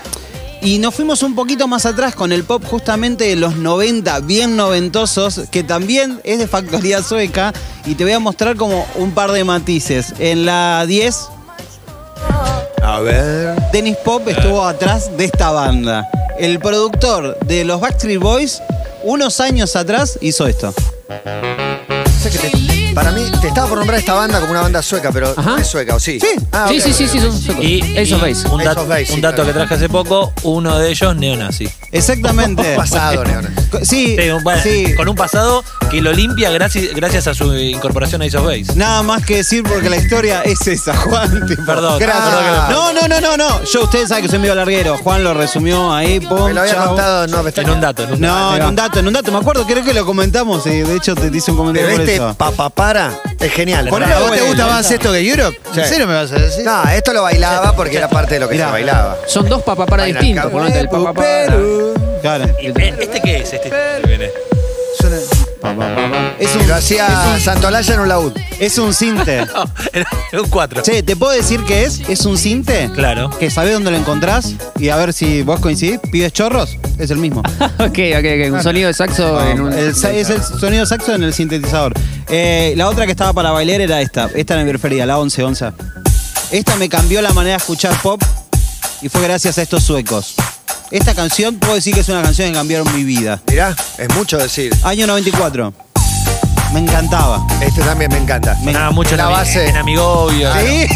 [SPEAKER 3] Y nos fuimos un poquito más atrás con el pop justamente de los 90, bien noventosos, que también es de factoría sueca. Y te voy a mostrar como un par de matices. En la 10,
[SPEAKER 2] A ver.
[SPEAKER 3] Dennis Pop estuvo atrás de esta banda. El productor de los Backstreet Boys, unos años atrás, hizo esto.
[SPEAKER 2] sé que te- para mí, te estaba por nombrar esta banda como una banda sueca, pero
[SPEAKER 4] Ajá.
[SPEAKER 2] no es sueca, ¿o sí?
[SPEAKER 3] Sí.
[SPEAKER 2] Ah,
[SPEAKER 4] sí,
[SPEAKER 2] ok.
[SPEAKER 4] sí, sí, sí, son suecos.
[SPEAKER 5] Y,
[SPEAKER 4] Ace of
[SPEAKER 5] y
[SPEAKER 4] Base.
[SPEAKER 5] Un,
[SPEAKER 2] Ace
[SPEAKER 5] dat-
[SPEAKER 2] of Base, sí,
[SPEAKER 5] un dato
[SPEAKER 2] claro.
[SPEAKER 5] que traje hace poco, uno de ellos neonazi.
[SPEAKER 3] Exactamente.
[SPEAKER 2] Pasado, Leona.
[SPEAKER 3] Sí,
[SPEAKER 5] Sí, un- bueno,
[SPEAKER 3] sí.
[SPEAKER 5] Con un pasado que lo limpia gracias, gracias a su incorporación a Ace of Base.
[SPEAKER 3] Nada más que decir porque la historia es esa, Juan. tipo.
[SPEAKER 5] Perdón,
[SPEAKER 2] Gracias.
[SPEAKER 5] perdón que lo-
[SPEAKER 3] No, no, no, no, no. Yo, ustedes saben que soy medio larguero. Juan lo resumió ahí, pum,
[SPEAKER 2] Me lo había
[SPEAKER 3] chau.
[SPEAKER 2] contado, no, me está-
[SPEAKER 5] en un dato. en un dato.
[SPEAKER 3] No,
[SPEAKER 6] Ahí
[SPEAKER 3] en
[SPEAKER 6] va.
[SPEAKER 3] un dato, en un dato. Me acuerdo, creo que lo comentamos. eh, de hecho, te te hice un
[SPEAKER 2] Pero
[SPEAKER 3] comentario por
[SPEAKER 2] este
[SPEAKER 3] eso.
[SPEAKER 2] papapara es genial.
[SPEAKER 5] Ponelo
[SPEAKER 2] Para-
[SPEAKER 6] ¿A vos te
[SPEAKER 3] bueno,
[SPEAKER 6] gusta
[SPEAKER 3] ya
[SPEAKER 6] más
[SPEAKER 3] está.
[SPEAKER 6] esto que Europe?
[SPEAKER 2] Sí.
[SPEAKER 6] ¿En serio me vas a decir?
[SPEAKER 2] No, esto lo bailaba porque era parte de lo que
[SPEAKER 6] Mirá.
[SPEAKER 2] se bailaba.
[SPEAKER 4] Son dos papaparas
[SPEAKER 2] Bailan
[SPEAKER 4] distintos.
[SPEAKER 2] campo,
[SPEAKER 4] ponete el papapara.
[SPEAKER 3] Claro.
[SPEAKER 5] ¿Y ¿Este qué es? Este que viene.
[SPEAKER 6] suena-
[SPEAKER 3] Es un,
[SPEAKER 2] Lo hacía
[SPEAKER 3] es un,
[SPEAKER 2] Santolaya en un laúd.
[SPEAKER 3] es un cinte.
[SPEAKER 5] Era Ah, un 4.
[SPEAKER 3] Che, ¿te puedo decir qué es? ¿Es un cinte?
[SPEAKER 5] Claro.
[SPEAKER 3] Que sabés dónde lo encontrás y a ver si vos coincidís. ¿Pibes chorros? Es el mismo.
[SPEAKER 4] ok, ok, ok. Un sonido de saxo en
[SPEAKER 2] Ah,
[SPEAKER 4] un.
[SPEAKER 3] El sa- es el sonido saxo en el sintetizador. Eh, la otra que estaba para bailar era esta. Esta era mi preferida, la 11 onza. Esta me cambió la manera de escuchar pop y fue gracias a estos suecos. Esta canción, puedo decir que es una canción que cambiaron mi vida.
[SPEAKER 2] Mirá, es mucho decir.
[SPEAKER 3] Año 94. Me encantaba.
[SPEAKER 2] Este también me encanta.
[SPEAKER 3] Me-
[SPEAKER 5] Estaba mucho en,
[SPEAKER 2] La
[SPEAKER 5] ami-
[SPEAKER 2] base.
[SPEAKER 5] en Amigovio.
[SPEAKER 3] Sí.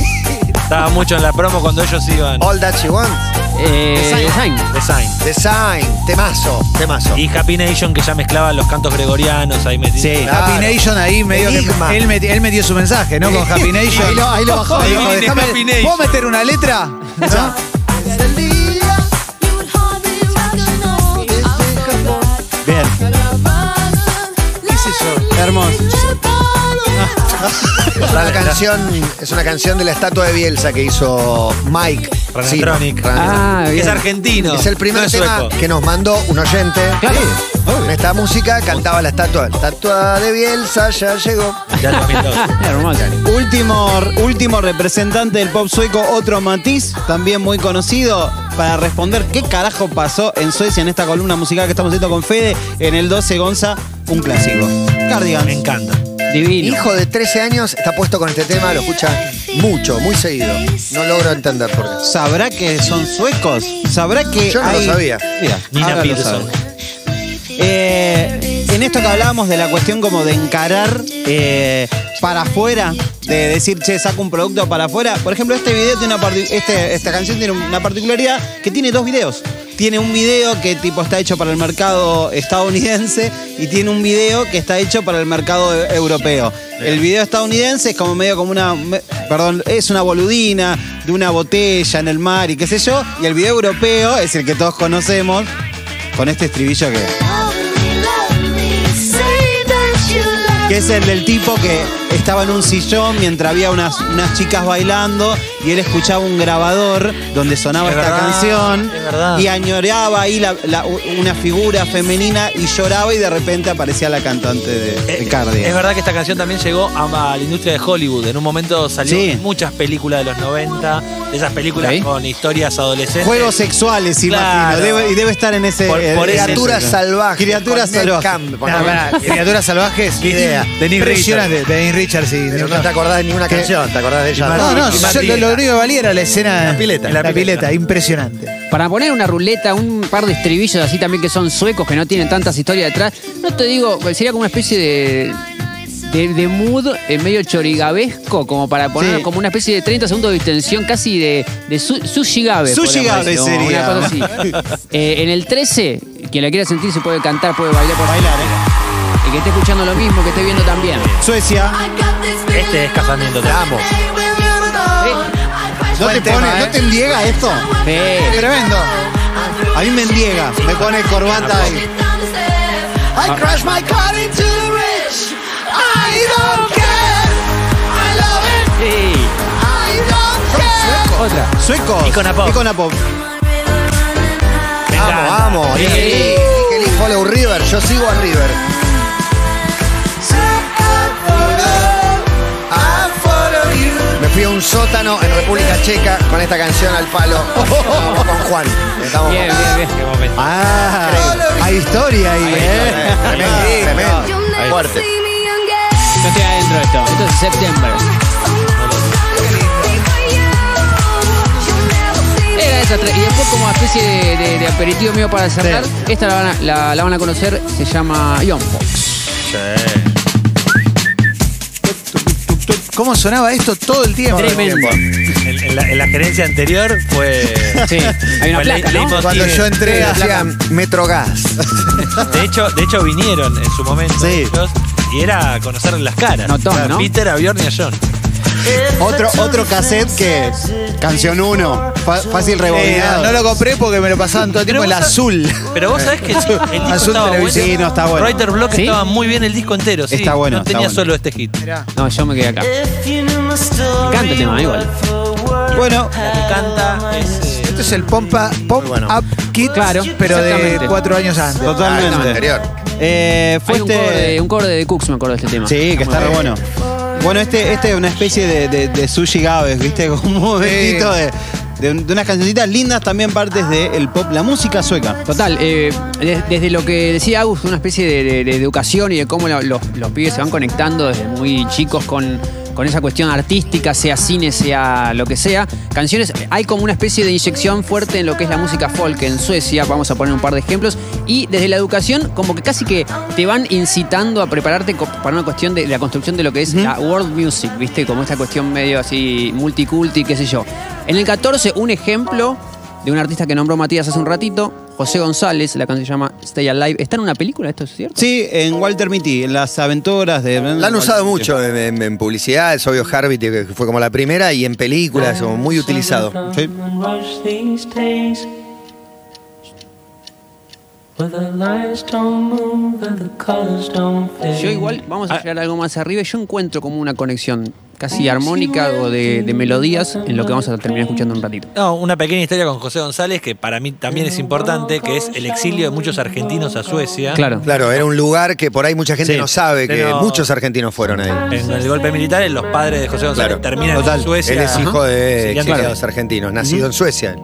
[SPEAKER 5] Estaba mucho en la promo cuando ellos iban.
[SPEAKER 2] All That She Wants.
[SPEAKER 4] Eh, Design.
[SPEAKER 5] Design.
[SPEAKER 2] Design. Temazo. Temazo.
[SPEAKER 5] Y Happy Nation que ya mezclaba los cantos gregorianos ahí metidos. Ah,
[SPEAKER 3] Sí.
[SPEAKER 2] Claro.
[SPEAKER 6] Happy Nation ahí medio que
[SPEAKER 2] Enigma.
[SPEAKER 6] él, meti- él metió su mensaje, ¿no? Con Happy Nation.
[SPEAKER 2] Ahí lo- ahí lo bajó, ahí
[SPEAKER 6] Dijo,
[SPEAKER 2] lo bajó.
[SPEAKER 6] "Déjame-
[SPEAKER 5] Happy Nation".
[SPEAKER 6] ¿Puedo meter una letra? ¿No?
[SPEAKER 3] Bien. Hermoso.
[SPEAKER 2] Es una canción, es una canción de la estatua de Bielsa que hizo Mike.
[SPEAKER 5] Renatronic.
[SPEAKER 2] Renatronic.
[SPEAKER 4] Ah,
[SPEAKER 5] Que es
[SPEAKER 4] bien.
[SPEAKER 5] argentino.
[SPEAKER 2] Es el primer
[SPEAKER 5] no es
[SPEAKER 2] tema
[SPEAKER 5] sueco.
[SPEAKER 2] que nos mandó un oyente.
[SPEAKER 4] Claro.
[SPEAKER 2] Con esta música cantaba la estatua. La estatua de Bielsa ya llegó.
[SPEAKER 5] Ya lo pintó.
[SPEAKER 4] Hermoso.
[SPEAKER 3] Último, último representante del pop sueco, otro matiz, también muy conocido, para responder qué carajo pasó en Suecia en esta columna musical que estamos haciendo con Fede, en el 12 Gonza, un clásico.
[SPEAKER 5] Me
[SPEAKER 3] Cardigans.
[SPEAKER 5] encanta.
[SPEAKER 2] Mi
[SPEAKER 4] Divino.
[SPEAKER 2] hijo de 13 años está puesto con este tema, lo escucha mucho, muy seguido. No logro entender por qué.
[SPEAKER 3] ¿Sabrá que son suecos? ¿Sabrá que
[SPEAKER 2] Yo no lo
[SPEAKER 3] hay-
[SPEAKER 2] sabía.
[SPEAKER 3] Mira,
[SPEAKER 5] Nina
[SPEAKER 3] ahora lo
[SPEAKER 5] Peterson.
[SPEAKER 3] sabe. Eh, en esto que hablábamos de la cuestión como de encarar eh, para afuera, de decir, che, saco un producto para afuera. Por ejemplo, este video tiene una parti- este- esta canción tiene una particularidad que tiene dos videos. Tiene un video que tipo está hecho para el mercado estadounidense y tiene un video que está hecho para el mercado e- europeo. El video estadounidense es como medio como una, me- perdón, es una boludina de una botella en el mar y qué sé yo. Y el video europeo es el que todos conocemos con este estribillo que... que es el del tipo que estaba en un sillón mientras había unas, unas chicas bailando y él escuchaba un grabador donde sonaba
[SPEAKER 5] Es
[SPEAKER 3] esta
[SPEAKER 5] verdad,
[SPEAKER 3] canción
[SPEAKER 5] es verdad.
[SPEAKER 3] y añoreaba ahí la- la- una figura femenina y lloraba y de repente aparecía la cantante de, de
[SPEAKER 5] Eh,
[SPEAKER 3] Cardi.
[SPEAKER 5] Es verdad que esta canción también llegó a, a la industria de Hollywood. En un momento salió
[SPEAKER 3] Sí.
[SPEAKER 5] muchas películas de los 90, de esas películas
[SPEAKER 4] Ok.
[SPEAKER 5] con historias adolescentes.
[SPEAKER 3] Juegos sexuales,
[SPEAKER 5] Claro.
[SPEAKER 3] imagino. Debe- y debe estar en ese.
[SPEAKER 5] Por- por
[SPEAKER 3] en
[SPEAKER 5] ese-
[SPEAKER 2] Criaturas
[SPEAKER 3] ese-
[SPEAKER 2] salvajes.
[SPEAKER 3] Criaturas
[SPEAKER 2] con Ned
[SPEAKER 3] salvajes.
[SPEAKER 5] Ah,
[SPEAKER 2] Camp,
[SPEAKER 6] No, pará, Criaturas salvajes.
[SPEAKER 5] Ni idea.
[SPEAKER 6] De Nick Impresionante. De Nick Richards y
[SPEAKER 2] Pero no te acordás de ninguna canción, te acordás de ella.
[SPEAKER 6] No, no,
[SPEAKER 5] Y
[SPEAKER 6] yo-
[SPEAKER 5] Martín.
[SPEAKER 6] lo, lo único que valía era la escena.
[SPEAKER 5] La pileta.
[SPEAKER 6] La,
[SPEAKER 5] La
[SPEAKER 6] pileta,
[SPEAKER 5] pileta.
[SPEAKER 6] impresionante.
[SPEAKER 4] Para poner una ruleta, un par de estribillos así también que son suecos, que no tienen tantas historias detrás, no te digo, sería como una especie de. De, de mood eh, medio chorigabesco, como para poner
[SPEAKER 3] Sí.
[SPEAKER 4] como una especie de 30 segundos de extensión casi de, de su, sushi gabe.
[SPEAKER 3] Sushi
[SPEAKER 4] podríamos
[SPEAKER 3] gabe
[SPEAKER 4] decir, o
[SPEAKER 3] sería.
[SPEAKER 4] Una cosa así. Eh, en el 13, quien la quiera sentir se puede cantar, puede bailar, puede bailar. eh. El que esté escuchando lo mismo, que esté viendo también.
[SPEAKER 3] Suecia.
[SPEAKER 5] Este es casamiento. Te amo.
[SPEAKER 3] ¿No te,
[SPEAKER 6] tema,
[SPEAKER 3] pone-
[SPEAKER 6] ¿eh?
[SPEAKER 3] ¿No te endiega esto?
[SPEAKER 4] Eh,
[SPEAKER 3] Tremendo. A mí me endiega. Me pone corbata ahí.
[SPEAKER 6] I crash my car into the ridge. I don't
[SPEAKER 4] sí.
[SPEAKER 2] Oh,
[SPEAKER 4] Otra.
[SPEAKER 3] Suecos.
[SPEAKER 5] Icona Pop.
[SPEAKER 3] Icona Pop.
[SPEAKER 5] Me
[SPEAKER 2] Vamos,
[SPEAKER 5] encanta.
[SPEAKER 2] vamos.
[SPEAKER 5] Sí.
[SPEAKER 2] Dije Lee Follow River, yo sigo a River. Me fui a un sótano en República Checa con esta canción al palo. Estamos con Juan. Estamos
[SPEAKER 4] Bien, bien, bien.
[SPEAKER 5] Qué momento.
[SPEAKER 6] Ah, hay historia ahí, ¿eh?
[SPEAKER 2] Tremendo, tremendo. Fuerte.
[SPEAKER 4] Yo estoy adentro de esto. Esto es September. Era esa tra- y después como especie de, de- de aperitivo mío para cerrar, esta la van, a, la, la van a conocer, se llama Ion Fox.
[SPEAKER 6] ¿Cómo sonaba esto todo el tiempo?
[SPEAKER 4] Tremendo.
[SPEAKER 5] En, en la, en la gerencia anterior fue.
[SPEAKER 4] Sí, hay una
[SPEAKER 5] fue
[SPEAKER 4] placa, ¿no?
[SPEAKER 5] leitmotiv.
[SPEAKER 6] Cuando yo entré
[SPEAKER 2] Decía
[SPEAKER 6] hacía
[SPEAKER 2] Metrogas.
[SPEAKER 5] De hecho, de hecho vinieron en su momento
[SPEAKER 6] Sí.
[SPEAKER 5] ellos, y era conocer las caras.
[SPEAKER 4] Notó,
[SPEAKER 5] A
[SPEAKER 4] ¿no?
[SPEAKER 5] Peter, a Bjorn y a John.
[SPEAKER 3] Otro, otro cassette que. Canción 1. fácil
[SPEAKER 6] Eh,
[SPEAKER 3] rebobinado.
[SPEAKER 6] no lo compré porque me lo pasaban todo el tiempo el
[SPEAKER 5] vos sa-
[SPEAKER 6] azul.
[SPEAKER 5] Pero
[SPEAKER 6] Eh,
[SPEAKER 5] vos sabés que el disco
[SPEAKER 6] Azul
[SPEAKER 5] estaba bueno.
[SPEAKER 6] televisivo. Sí, no, está bueno.
[SPEAKER 5] Writer Block
[SPEAKER 4] ¿Sí?
[SPEAKER 5] estaba muy bien el disco entero. sí.
[SPEAKER 3] Está bueno,
[SPEAKER 5] No
[SPEAKER 3] está
[SPEAKER 5] tenía
[SPEAKER 3] bueno.
[SPEAKER 5] solo este hit.
[SPEAKER 4] No, yo me quedé acá. Me encanta el tema, igual.
[SPEAKER 6] Bueno,
[SPEAKER 5] La que canta es. eh,
[SPEAKER 6] esto es el Pompa Pop Up Kids,
[SPEAKER 4] Claro,
[SPEAKER 6] pero de
[SPEAKER 4] exactamente.
[SPEAKER 6] cuatro años antes.
[SPEAKER 2] Ah, no,
[SPEAKER 3] Totalmente.
[SPEAKER 2] anterior.
[SPEAKER 3] Eh, fue
[SPEAKER 4] Hay un
[SPEAKER 3] este-
[SPEAKER 4] cover, de, un cover de Cooks, me acuerdo de este tema.
[SPEAKER 3] Sí, que está re bueno. Bueno, este, este es una especie de, de- de sushi gaves, ¿viste? Como un vestido de, de un- de unas cancioncitas lindas, también partes del pop, la música sueca.
[SPEAKER 4] Total, eh, des- desde lo que decía Agus, una especie de, de- de educación y de cómo la- los, los pibes se van conectando desde muy chicos con, con esa cuestión artística, sea cine, sea lo que sea. Canciones, hay como una especie de inyección fuerte en lo que es la música folk en Suecia, vamos a poner un par de ejemplos. Y desde la educación, como que casi que te van incitando a prepararte co- para una cuestión de, de la construcción de lo que es la world music, ¿viste? Como esta cuestión medio así multiculti, qué sé yo. En el 14, un ejemplo de un artista que nombró Matías hace un ratito, José González, la canción se llama Stay Alive. ¿Está en una película esto, es cierto?
[SPEAKER 3] Sí, en Walter Mitty, en las aventuras de...
[SPEAKER 2] La han usado mucho en, en- en publicidad, es obvio Harvey que fue como la primera y en películas, como muy utilizado.
[SPEAKER 3] Sí.
[SPEAKER 4] Yo igual, vamos a llegar algo más arriba, y yo encuentro como una conexión casi armónica o de, de melodías en lo que vamos a terminar escuchando en un ratito.
[SPEAKER 5] No, una pequeña historia con José González que para mí también es importante, que es el exilio de muchos argentinos a Suecia.
[SPEAKER 4] Claro.
[SPEAKER 2] Claro, era un lugar que por ahí mucha gente
[SPEAKER 5] Sí,
[SPEAKER 2] no sabe, que
[SPEAKER 5] pero-
[SPEAKER 2] muchos argentinos fueron ahí.
[SPEAKER 5] En el golpe militar, los padres de José González
[SPEAKER 2] Claro.
[SPEAKER 5] terminan
[SPEAKER 2] Total,
[SPEAKER 5] en Suecia.
[SPEAKER 2] Él es hijo de
[SPEAKER 5] Sí,
[SPEAKER 2] exiliados argentinos, nacido en Suecia.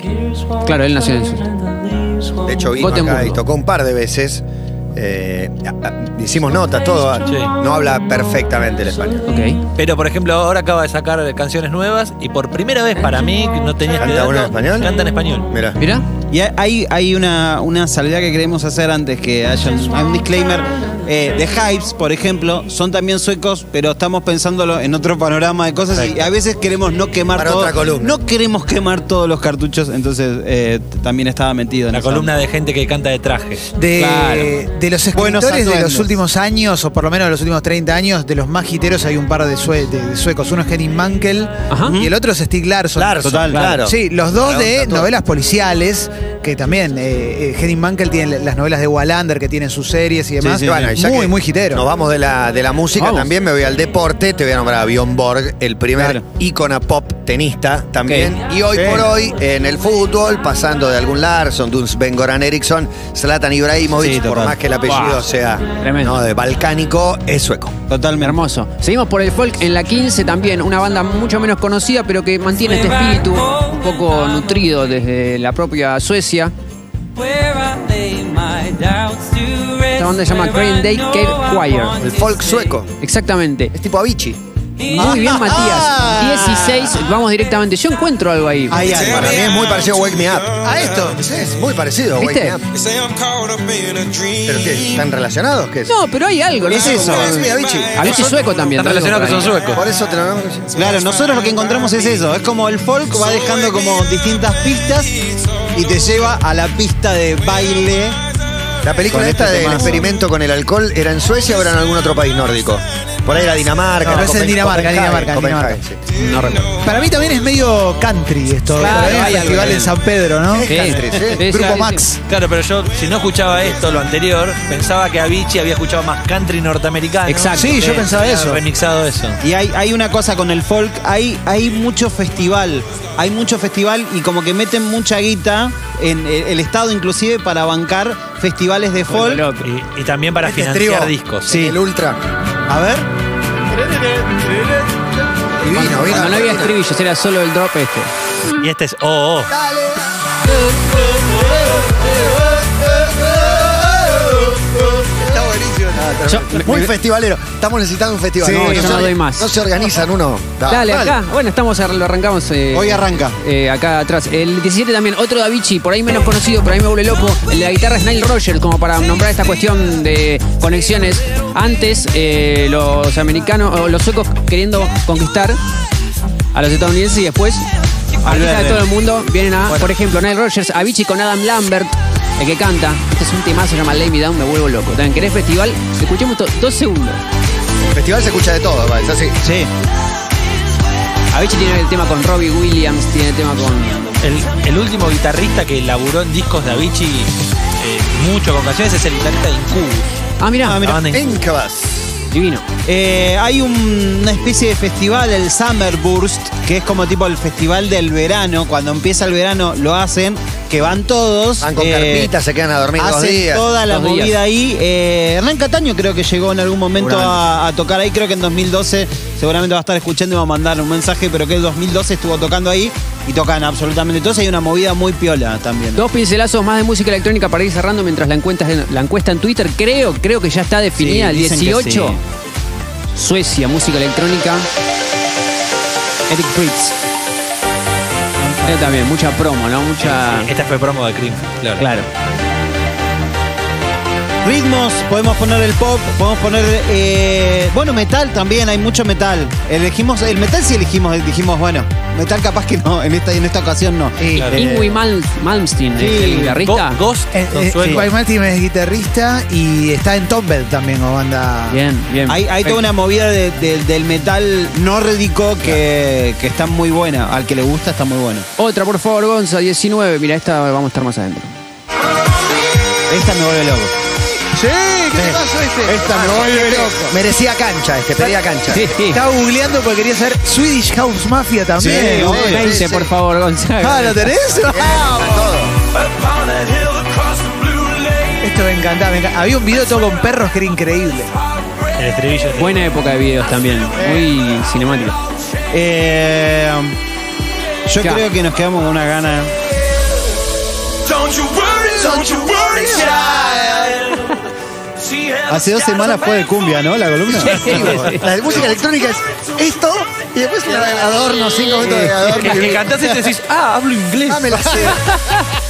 [SPEAKER 4] Claro, él nació en Suecia.
[SPEAKER 2] De hecho, vino acá
[SPEAKER 4] Gotemburgo.
[SPEAKER 2] y tocó un par de veces. Eh, a- a- hicimos notas, todo.
[SPEAKER 5] Sí.
[SPEAKER 2] No habla perfectamente el español.
[SPEAKER 4] Ok.
[SPEAKER 5] Pero por ejemplo, ahora acaba de sacar canciones nuevas y por primera vez para mí, que no tenía este
[SPEAKER 2] ¿Canta
[SPEAKER 5] dato,
[SPEAKER 2] uno en español?
[SPEAKER 5] Canta en español.
[SPEAKER 2] Mira.
[SPEAKER 4] Mira,
[SPEAKER 3] Y hay, hay una, una salvedad que queremos hacer antes que haya un, hay un disclaimer. Eh, The Hypes, por ejemplo, son también suecos, pero estamos pensándolo en otro panorama de cosas y a veces queremos no quemar
[SPEAKER 2] Para
[SPEAKER 3] todo-
[SPEAKER 2] otra columna.
[SPEAKER 3] No queremos quemar todos los cartuchos, entonces eh, t- también estaba metido en
[SPEAKER 5] La
[SPEAKER 3] esa
[SPEAKER 5] columna de gente que canta de traje.
[SPEAKER 6] De,
[SPEAKER 3] Claro.
[SPEAKER 6] de los escritores
[SPEAKER 3] Buenos
[SPEAKER 6] de
[SPEAKER 3] atuendos.
[SPEAKER 6] los últimos años, o por lo menos de los últimos 30 años, de los más jiteros hay un par de, sue- de- de suecos. Uno es Henning Mankell
[SPEAKER 4] Ajá.
[SPEAKER 6] y el otro es Stig Larsson.
[SPEAKER 2] Larsson, Total, claro. claro.
[SPEAKER 6] Sí, los dos
[SPEAKER 2] Para
[SPEAKER 6] de
[SPEAKER 2] un tatuaje.
[SPEAKER 6] novelas policiales, que también eh, eh, Henning Mankell tiene las novelas de Wallander, que tienen sus series y demás.
[SPEAKER 3] sí,
[SPEAKER 2] Bueno, y Ah, ya
[SPEAKER 6] muy,
[SPEAKER 2] que
[SPEAKER 6] muy jitero.
[SPEAKER 2] Nos vamos de la, de la música
[SPEAKER 4] Vamos.
[SPEAKER 2] también, me voy al deporte, te voy a nombrar a Bjorn Borg, el primer
[SPEAKER 3] Claro.
[SPEAKER 2] ícona pop tenista también. Y hoy por hoy, en el fútbol, pasando de algún Larsson, de un Sven Goran Eriksson, Zlatan Ibrahimovic,
[SPEAKER 3] Sí,
[SPEAKER 2] por
[SPEAKER 3] total.
[SPEAKER 2] más que el apellido
[SPEAKER 4] Buah,
[SPEAKER 2] sea
[SPEAKER 4] tremendo.
[SPEAKER 2] ¿no? de balcánico, es sueco.
[SPEAKER 3] Totalmente.
[SPEAKER 4] hermoso. Seguimos por el folk en la 15 también, una banda mucho menos conocida, pero que mantiene este espíritu un poco nutrido desde la propia Suecia. Esta banda se llama Green Day Cave Choir.
[SPEAKER 2] El folk sueco.
[SPEAKER 4] Exactamente.
[SPEAKER 2] Es tipo Avicii.
[SPEAKER 4] Muy bien, Matías. 16, vamos directamente. Yo encuentro algo ahí.
[SPEAKER 3] Ahí, ahí.
[SPEAKER 2] Para mí es muy parecido a Wake Me Up. ¿A esto? Es muy parecido a Wake
[SPEAKER 4] ¿Viste?
[SPEAKER 2] Me Up. ¿Pero qué? ¿Están relacionados? ¿Qué es?
[SPEAKER 4] No, pero hay algo. ¿no?
[SPEAKER 3] Es eso.
[SPEAKER 2] Es mi Avicii.
[SPEAKER 4] A veces sueco también.
[SPEAKER 5] Está relacionado que son suecos.
[SPEAKER 2] Por eso te lo nombro.
[SPEAKER 3] Claro, nosotros lo que encontramos es eso. Es como el folk va dejando como distintas pistas y te lleva a la pista de baile.
[SPEAKER 2] La película
[SPEAKER 3] Con
[SPEAKER 2] esta
[SPEAKER 3] este
[SPEAKER 2] del
[SPEAKER 3] temazo.
[SPEAKER 2] experimento con el alcohol era en Suecia o era en algún otro país nórdico. Por ahí era Dinamarca.
[SPEAKER 6] No,
[SPEAKER 2] era
[SPEAKER 6] es en
[SPEAKER 2] Copen-
[SPEAKER 6] Dinamarca,
[SPEAKER 2] Copenhague,
[SPEAKER 6] Dinamarca,
[SPEAKER 2] Copenhague,
[SPEAKER 6] Dinamarca.
[SPEAKER 2] sí.
[SPEAKER 6] Para mí también es medio country esto.
[SPEAKER 4] Claro,
[SPEAKER 6] Para mí es
[SPEAKER 4] hay algo
[SPEAKER 6] festival
[SPEAKER 4] de-
[SPEAKER 6] en San Pedro, ¿no?
[SPEAKER 4] Sí.
[SPEAKER 2] Country, sí.
[SPEAKER 4] Sí, sí,
[SPEAKER 6] Grupo
[SPEAKER 4] sí.
[SPEAKER 6] Max.
[SPEAKER 5] Claro, pero yo si no escuchaba esto, lo anterior, pensaba que Avicii había escuchado más country norteamericano.
[SPEAKER 4] Exacto.
[SPEAKER 6] Sí, yo
[SPEAKER 5] Que
[SPEAKER 6] pensaba
[SPEAKER 5] había
[SPEAKER 6] eso.
[SPEAKER 5] Remixado eso.
[SPEAKER 3] Y hay, hay una cosa con el folk, hay, hay mucho festival, hay mucho festival y como que meten mucha guita en el, el Estado inclusive para bancar festivales de folk.
[SPEAKER 5] Y, y también para
[SPEAKER 2] Este
[SPEAKER 5] financiar
[SPEAKER 2] estribo.
[SPEAKER 5] discos.
[SPEAKER 2] Sí. El Ultra.
[SPEAKER 3] A ver,
[SPEAKER 2] Divino, vino.
[SPEAKER 4] Cuando no había estribillos, era solo el drop este.
[SPEAKER 5] Y este es Oh, oh.
[SPEAKER 2] Está buenísimo.
[SPEAKER 4] Yo-
[SPEAKER 2] Muy festivalero. Estamos necesitando un festival.
[SPEAKER 4] Sí,
[SPEAKER 2] no,
[SPEAKER 4] yo
[SPEAKER 2] se-
[SPEAKER 4] no doy más.
[SPEAKER 2] No se organizan uno. Da,
[SPEAKER 4] Dale, acá. Bueno, estamos, ar- lo arrancamos. eh,
[SPEAKER 3] hoy arranca.
[SPEAKER 4] eh, acá atrás. El 17 también, otro de Avicii, por ahí menos conocido, pero a mí me vuelve loco. El de la guitarra es Nile Rogers, como para nombrar esta cuestión de conexiones. Antes, eh, los americanos, o los suecos queriendo conquistar a los estadounidenses y después, artistas de todo el mundo vienen a, por ejemplo, Nile Rogers, Avicii con Adam Lambert. El que canta, este es un tema, se llama Lay Me Down, me vuelvo loco. También querés festival, escuchemos to- dos segundos.
[SPEAKER 2] El festival se escucha de todo, va, es así.
[SPEAKER 3] Sí.
[SPEAKER 4] Avicii tiene el tema con Robbie Williams, tiene el tema con.
[SPEAKER 5] El, el último guitarrista que laburó en discos de Avicii eh, mucho con canciones es el guitarrista de Incubus.
[SPEAKER 4] Ah, mirá,
[SPEAKER 5] La banda Incubus.
[SPEAKER 2] Encabas.
[SPEAKER 4] divino.
[SPEAKER 3] Eh, hay un- una especie de festival, el Summer Burst, que es como tipo el festival del verano. Cuando empieza el verano lo hacen que van todos. eh,
[SPEAKER 2] Van con
[SPEAKER 5] Eh,
[SPEAKER 2] carpitas, se quedan a dormir dos
[SPEAKER 3] Hacen
[SPEAKER 2] días.
[SPEAKER 3] toda la
[SPEAKER 4] Dos
[SPEAKER 3] movida
[SPEAKER 4] días.
[SPEAKER 3] ahí. Eh, Hernán Cataño creo que llegó en algún momento a, a tocar ahí. Creo que en 2012 seguramente va a estar escuchando y va a mandar un mensaje, pero que en 2012 estuvo tocando ahí y tocan absolutamente todos. Hay una movida muy piola también.
[SPEAKER 4] Dos pincelazos más de música electrónica para ir cerrando mientras la encuesta, la encuesta en Twitter. Creo, creo que ya está definida.
[SPEAKER 3] Sí,
[SPEAKER 4] el
[SPEAKER 3] dicen que
[SPEAKER 4] 18.
[SPEAKER 3] sí.
[SPEAKER 4] Suecia, música electrónica. Eric Fritz. Eh, también, mucha promo, ¿no? Mucha.
[SPEAKER 5] Esta fue promo de Cream, claro.
[SPEAKER 4] Ah. Claro.
[SPEAKER 3] Ritmos, podemos poner el pop, podemos poner. eh, bueno, metal también, hay mucho metal. Elegimos, el metal sí elegimos, dijimos, bueno, metal capaz que no, en esta, en esta ocasión no.
[SPEAKER 5] Claro.
[SPEAKER 3] Eh,
[SPEAKER 4] Ingui Mal- Malmsteen,
[SPEAKER 3] Sí,
[SPEAKER 4] el guitarrista.
[SPEAKER 5] Go- Ghost
[SPEAKER 6] Eh,
[SPEAKER 5] con
[SPEAKER 6] eh,
[SPEAKER 5] Suecia.
[SPEAKER 6] Guay Martin es guitarrista y está en Tomber también, como banda.
[SPEAKER 4] Bien, bien.
[SPEAKER 3] Hay, hay toda una movida de- de- del metal nórdico que, que está muy buena. Al que le gusta está muy bueno.
[SPEAKER 4] Otra, por favor, Gonza, 19. Mira, esta vamos a estar más adentro.
[SPEAKER 3] Esta me vuelve loco.
[SPEAKER 2] Sí, ¿qué te pasó este?
[SPEAKER 6] Esta me
[SPEAKER 2] Ah,
[SPEAKER 6] vuelve
[SPEAKER 2] este
[SPEAKER 6] loco.
[SPEAKER 2] Merecía cancha, este, pedía cancha.
[SPEAKER 4] Sí, sí.
[SPEAKER 6] Estaba googleando porque quería ser Swedish House Mafia también.
[SPEAKER 2] Sí,
[SPEAKER 6] hombre.
[SPEAKER 2] sí,
[SPEAKER 4] 20,
[SPEAKER 2] sí.
[SPEAKER 4] por favor, Gonzalo.
[SPEAKER 6] Ah, ¿lo tenés? Esto me encantaba, me encantaba. Había un video todo con perros que era increíble.
[SPEAKER 5] El estribillo. de-
[SPEAKER 4] Buena época de videos también. Muy cinemática.
[SPEAKER 3] Eh, yo
[SPEAKER 4] Ya.
[SPEAKER 3] creo que nos quedamos con una gana. Hace dos semanas fue de cumbia, ¿no? La columna.
[SPEAKER 2] La de música electrónica es esto y después la de adorno, cinco minutos de adorno.
[SPEAKER 5] Que- Que cantás y te decís, ah, hablo inglés.
[SPEAKER 2] Ah, me la sé.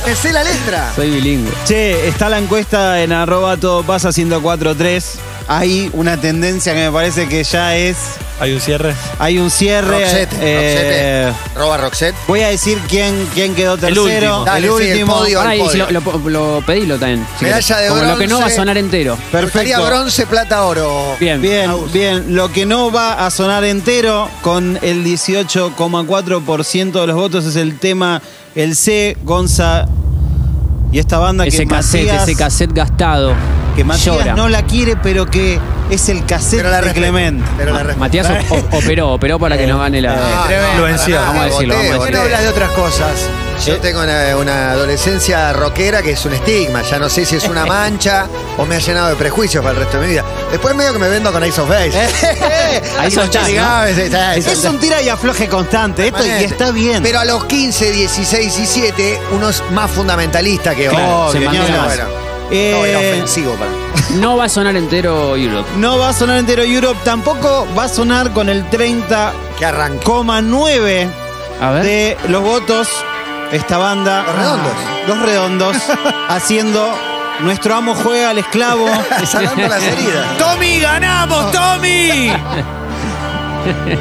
[SPEAKER 2] Me sé la letra.
[SPEAKER 4] Soy bilingüe.
[SPEAKER 3] Che, está la encuesta en arroba todo pasa 1043. Hay una tendencia que me parece que ya es.
[SPEAKER 5] Hay un cierre. Oh,
[SPEAKER 3] Hay un cierre.
[SPEAKER 2] Roxette,
[SPEAKER 3] eh,
[SPEAKER 2] Roxette. Roba Roxette.
[SPEAKER 3] Voy a decir quién, quién quedó tercero.
[SPEAKER 5] último.
[SPEAKER 2] Dale, sí, el podio.
[SPEAKER 4] Pará, y si
[SPEAKER 2] podio.
[SPEAKER 4] lo, lo, lo pedilo también. si
[SPEAKER 2] Medalla
[SPEAKER 4] querés.
[SPEAKER 2] de
[SPEAKER 4] Como lo
[SPEAKER 2] bronce.
[SPEAKER 4] que no va a sonar entero.
[SPEAKER 2] Estaría
[SPEAKER 3] Perfecto.
[SPEAKER 2] bronce, plata, oro.
[SPEAKER 4] Bien.
[SPEAKER 3] Bien, bien. Lo que no va a sonar entero con el 18,4% de los votos es el tema El C, Gonza y esta banda
[SPEAKER 4] Ese
[SPEAKER 3] que
[SPEAKER 4] cassette,
[SPEAKER 3] Matías,
[SPEAKER 4] ese cassette gastado.
[SPEAKER 3] que Matías
[SPEAKER 4] llora.
[SPEAKER 3] no la quiere, pero que es el cassette
[SPEAKER 2] Pero la
[SPEAKER 3] de
[SPEAKER 2] respeto.
[SPEAKER 3] Clement.
[SPEAKER 2] Pero la respeto.
[SPEAKER 4] Matías
[SPEAKER 3] ¿eh?
[SPEAKER 4] o- o- operó, operó para que no gane la.
[SPEAKER 3] Ah,
[SPEAKER 4] Eh,
[SPEAKER 5] Lo venció.
[SPEAKER 2] Ah, para nada,
[SPEAKER 4] Vamos a decirlo,
[SPEAKER 2] boteo,
[SPEAKER 4] vamos a
[SPEAKER 6] Bueno,
[SPEAKER 2] boteo.
[SPEAKER 6] hablas de otras cosas.
[SPEAKER 2] Yo tengo una, una adolescencia rockera que es un estigma. Ya no sé si es una mancha o me ha llenado de prejuicios para el resto de mi vida. Después medio que me vendo con Ace of Base.
[SPEAKER 4] Ahí sos Chas, ¿no?
[SPEAKER 3] Es un tira y afloje constante. Esto y está bien.
[SPEAKER 2] Pero a los 15, 16, 17, uno es más fundamentalista que otro.
[SPEAKER 4] Claro, se
[SPEAKER 2] Obvio,
[SPEAKER 4] mantiene
[SPEAKER 2] no,
[SPEAKER 4] más.
[SPEAKER 2] bueno.
[SPEAKER 3] Eh,
[SPEAKER 2] No, era ofensivo para mí.
[SPEAKER 4] No va a sonar entero Europe.
[SPEAKER 3] no va a sonar entero Europe. Tampoco va a sonar con el 30,9%
[SPEAKER 2] Que arrancó.
[SPEAKER 4] A ver.
[SPEAKER 3] de los votos esta banda. Ah,
[SPEAKER 2] Los Redondos.
[SPEAKER 3] Los redondos. haciendo nuestro amo juega al esclavo.
[SPEAKER 2] Sanando las heridas.
[SPEAKER 5] ¡Tommy, ganamos, Tommy!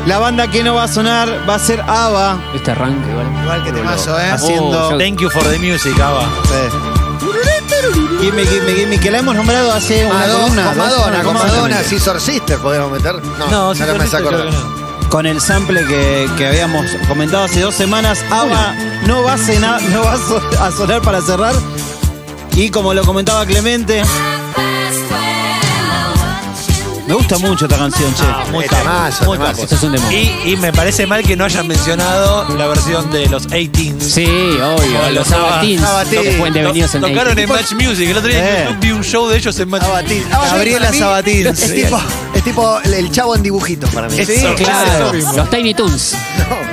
[SPEAKER 3] La banda que no va a sonar va a ser ABBA.
[SPEAKER 4] Este arranque, ¿vale?
[SPEAKER 6] Igual que temazo, ¿eh?
[SPEAKER 3] Haciendo.
[SPEAKER 5] Thank you for the music, Ava.
[SPEAKER 3] Gimme, gimme, gimme, que la hemos nombrado hace una
[SPEAKER 2] Madonna,
[SPEAKER 3] columna, dos
[SPEAKER 2] con Madonna,
[SPEAKER 3] semanas,
[SPEAKER 2] con
[SPEAKER 3] dos semanas.
[SPEAKER 2] Madonna, Scissor Sister podemos meter. No, no,
[SPEAKER 5] sí,
[SPEAKER 2] no me
[SPEAKER 5] perfecto,
[SPEAKER 2] acuerdo.
[SPEAKER 5] creo que no.
[SPEAKER 3] Con el sample que, que habíamos comentado hace dos semanas, ABBA no va, a, cena- no va a so- a sonar para cerrar. Y como lo comentaba Clemente, me gusta mucho esta canción, che.
[SPEAKER 5] Muy
[SPEAKER 2] Este
[SPEAKER 5] capo,
[SPEAKER 2] mazo,
[SPEAKER 5] muy
[SPEAKER 2] este
[SPEAKER 3] Ah,
[SPEAKER 5] capo.
[SPEAKER 2] mazo.
[SPEAKER 4] Esto es un demonio.
[SPEAKER 5] Y, y me parece mal que no hayan mencionado la versión de los 18
[SPEAKER 4] Sí, obvio.
[SPEAKER 5] Bueno,
[SPEAKER 4] Los
[SPEAKER 5] Saba-
[SPEAKER 4] Sabatins.
[SPEAKER 2] Sabatín.
[SPEAKER 4] que fueron devenidos en
[SPEAKER 5] Tocaron en
[SPEAKER 4] 80.
[SPEAKER 5] Match Music. El otro día en
[SPEAKER 3] Eh.
[SPEAKER 5] YouTube vi un show de ellos en Match Music.
[SPEAKER 2] Sabatín. Ah, yo,
[SPEAKER 6] Gabriela
[SPEAKER 2] para mí,
[SPEAKER 6] Sabatín,
[SPEAKER 2] Es
[SPEAKER 6] sí.
[SPEAKER 2] tipo, es tipo el- el chavo en dibujitos para mí.
[SPEAKER 5] Eso,
[SPEAKER 4] Claro.
[SPEAKER 5] eso mismo.
[SPEAKER 4] Los Tiny Toons.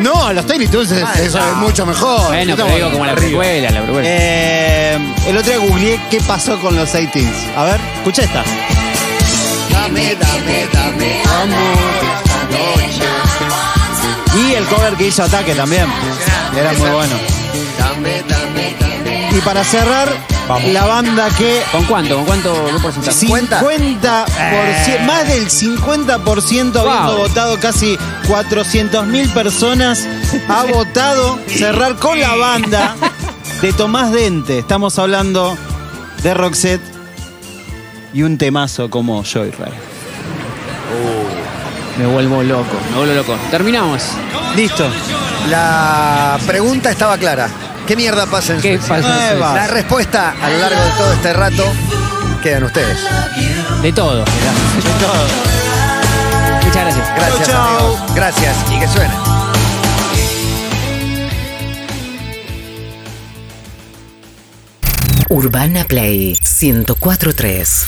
[SPEAKER 3] No, los Tiny Toons es, mucho mejor.
[SPEAKER 4] Bueno, pero digo como la precuela, la precuela.
[SPEAKER 3] Eh, el otro día googleé qué pasó con los 18 A ver, escucha esta. Y el cover que hizo Ataque también. Era muy bueno. Y para cerrar, la banda que
[SPEAKER 4] ¿Con cuánto? ¿Con cuánto? ¿Qué porcentaje?
[SPEAKER 3] 50, más del 50% habiendo
[SPEAKER 4] Eh. Wow.
[SPEAKER 3] votado casi 400.000 personas ha votado cerrar con la banda de Tomás Dente. Estamos hablando de Roxette y un temazo como Joyride.
[SPEAKER 4] Me vuelvo loco, me vuelvo loco. Terminamos.
[SPEAKER 3] Listo.
[SPEAKER 2] La pregunta estaba clara. ¿Qué mierda pasa en
[SPEAKER 4] ¿Qué
[SPEAKER 2] Suecia?
[SPEAKER 4] pasa?
[SPEAKER 3] Nueva.
[SPEAKER 2] La respuesta a lo largo de todo este rato quedan ustedes.
[SPEAKER 4] De todo. Muchas gracias.
[SPEAKER 2] Gracias,
[SPEAKER 3] Chau, chau.
[SPEAKER 2] amigos. Gracias y que suene.
[SPEAKER 6] Urbana Play 1043.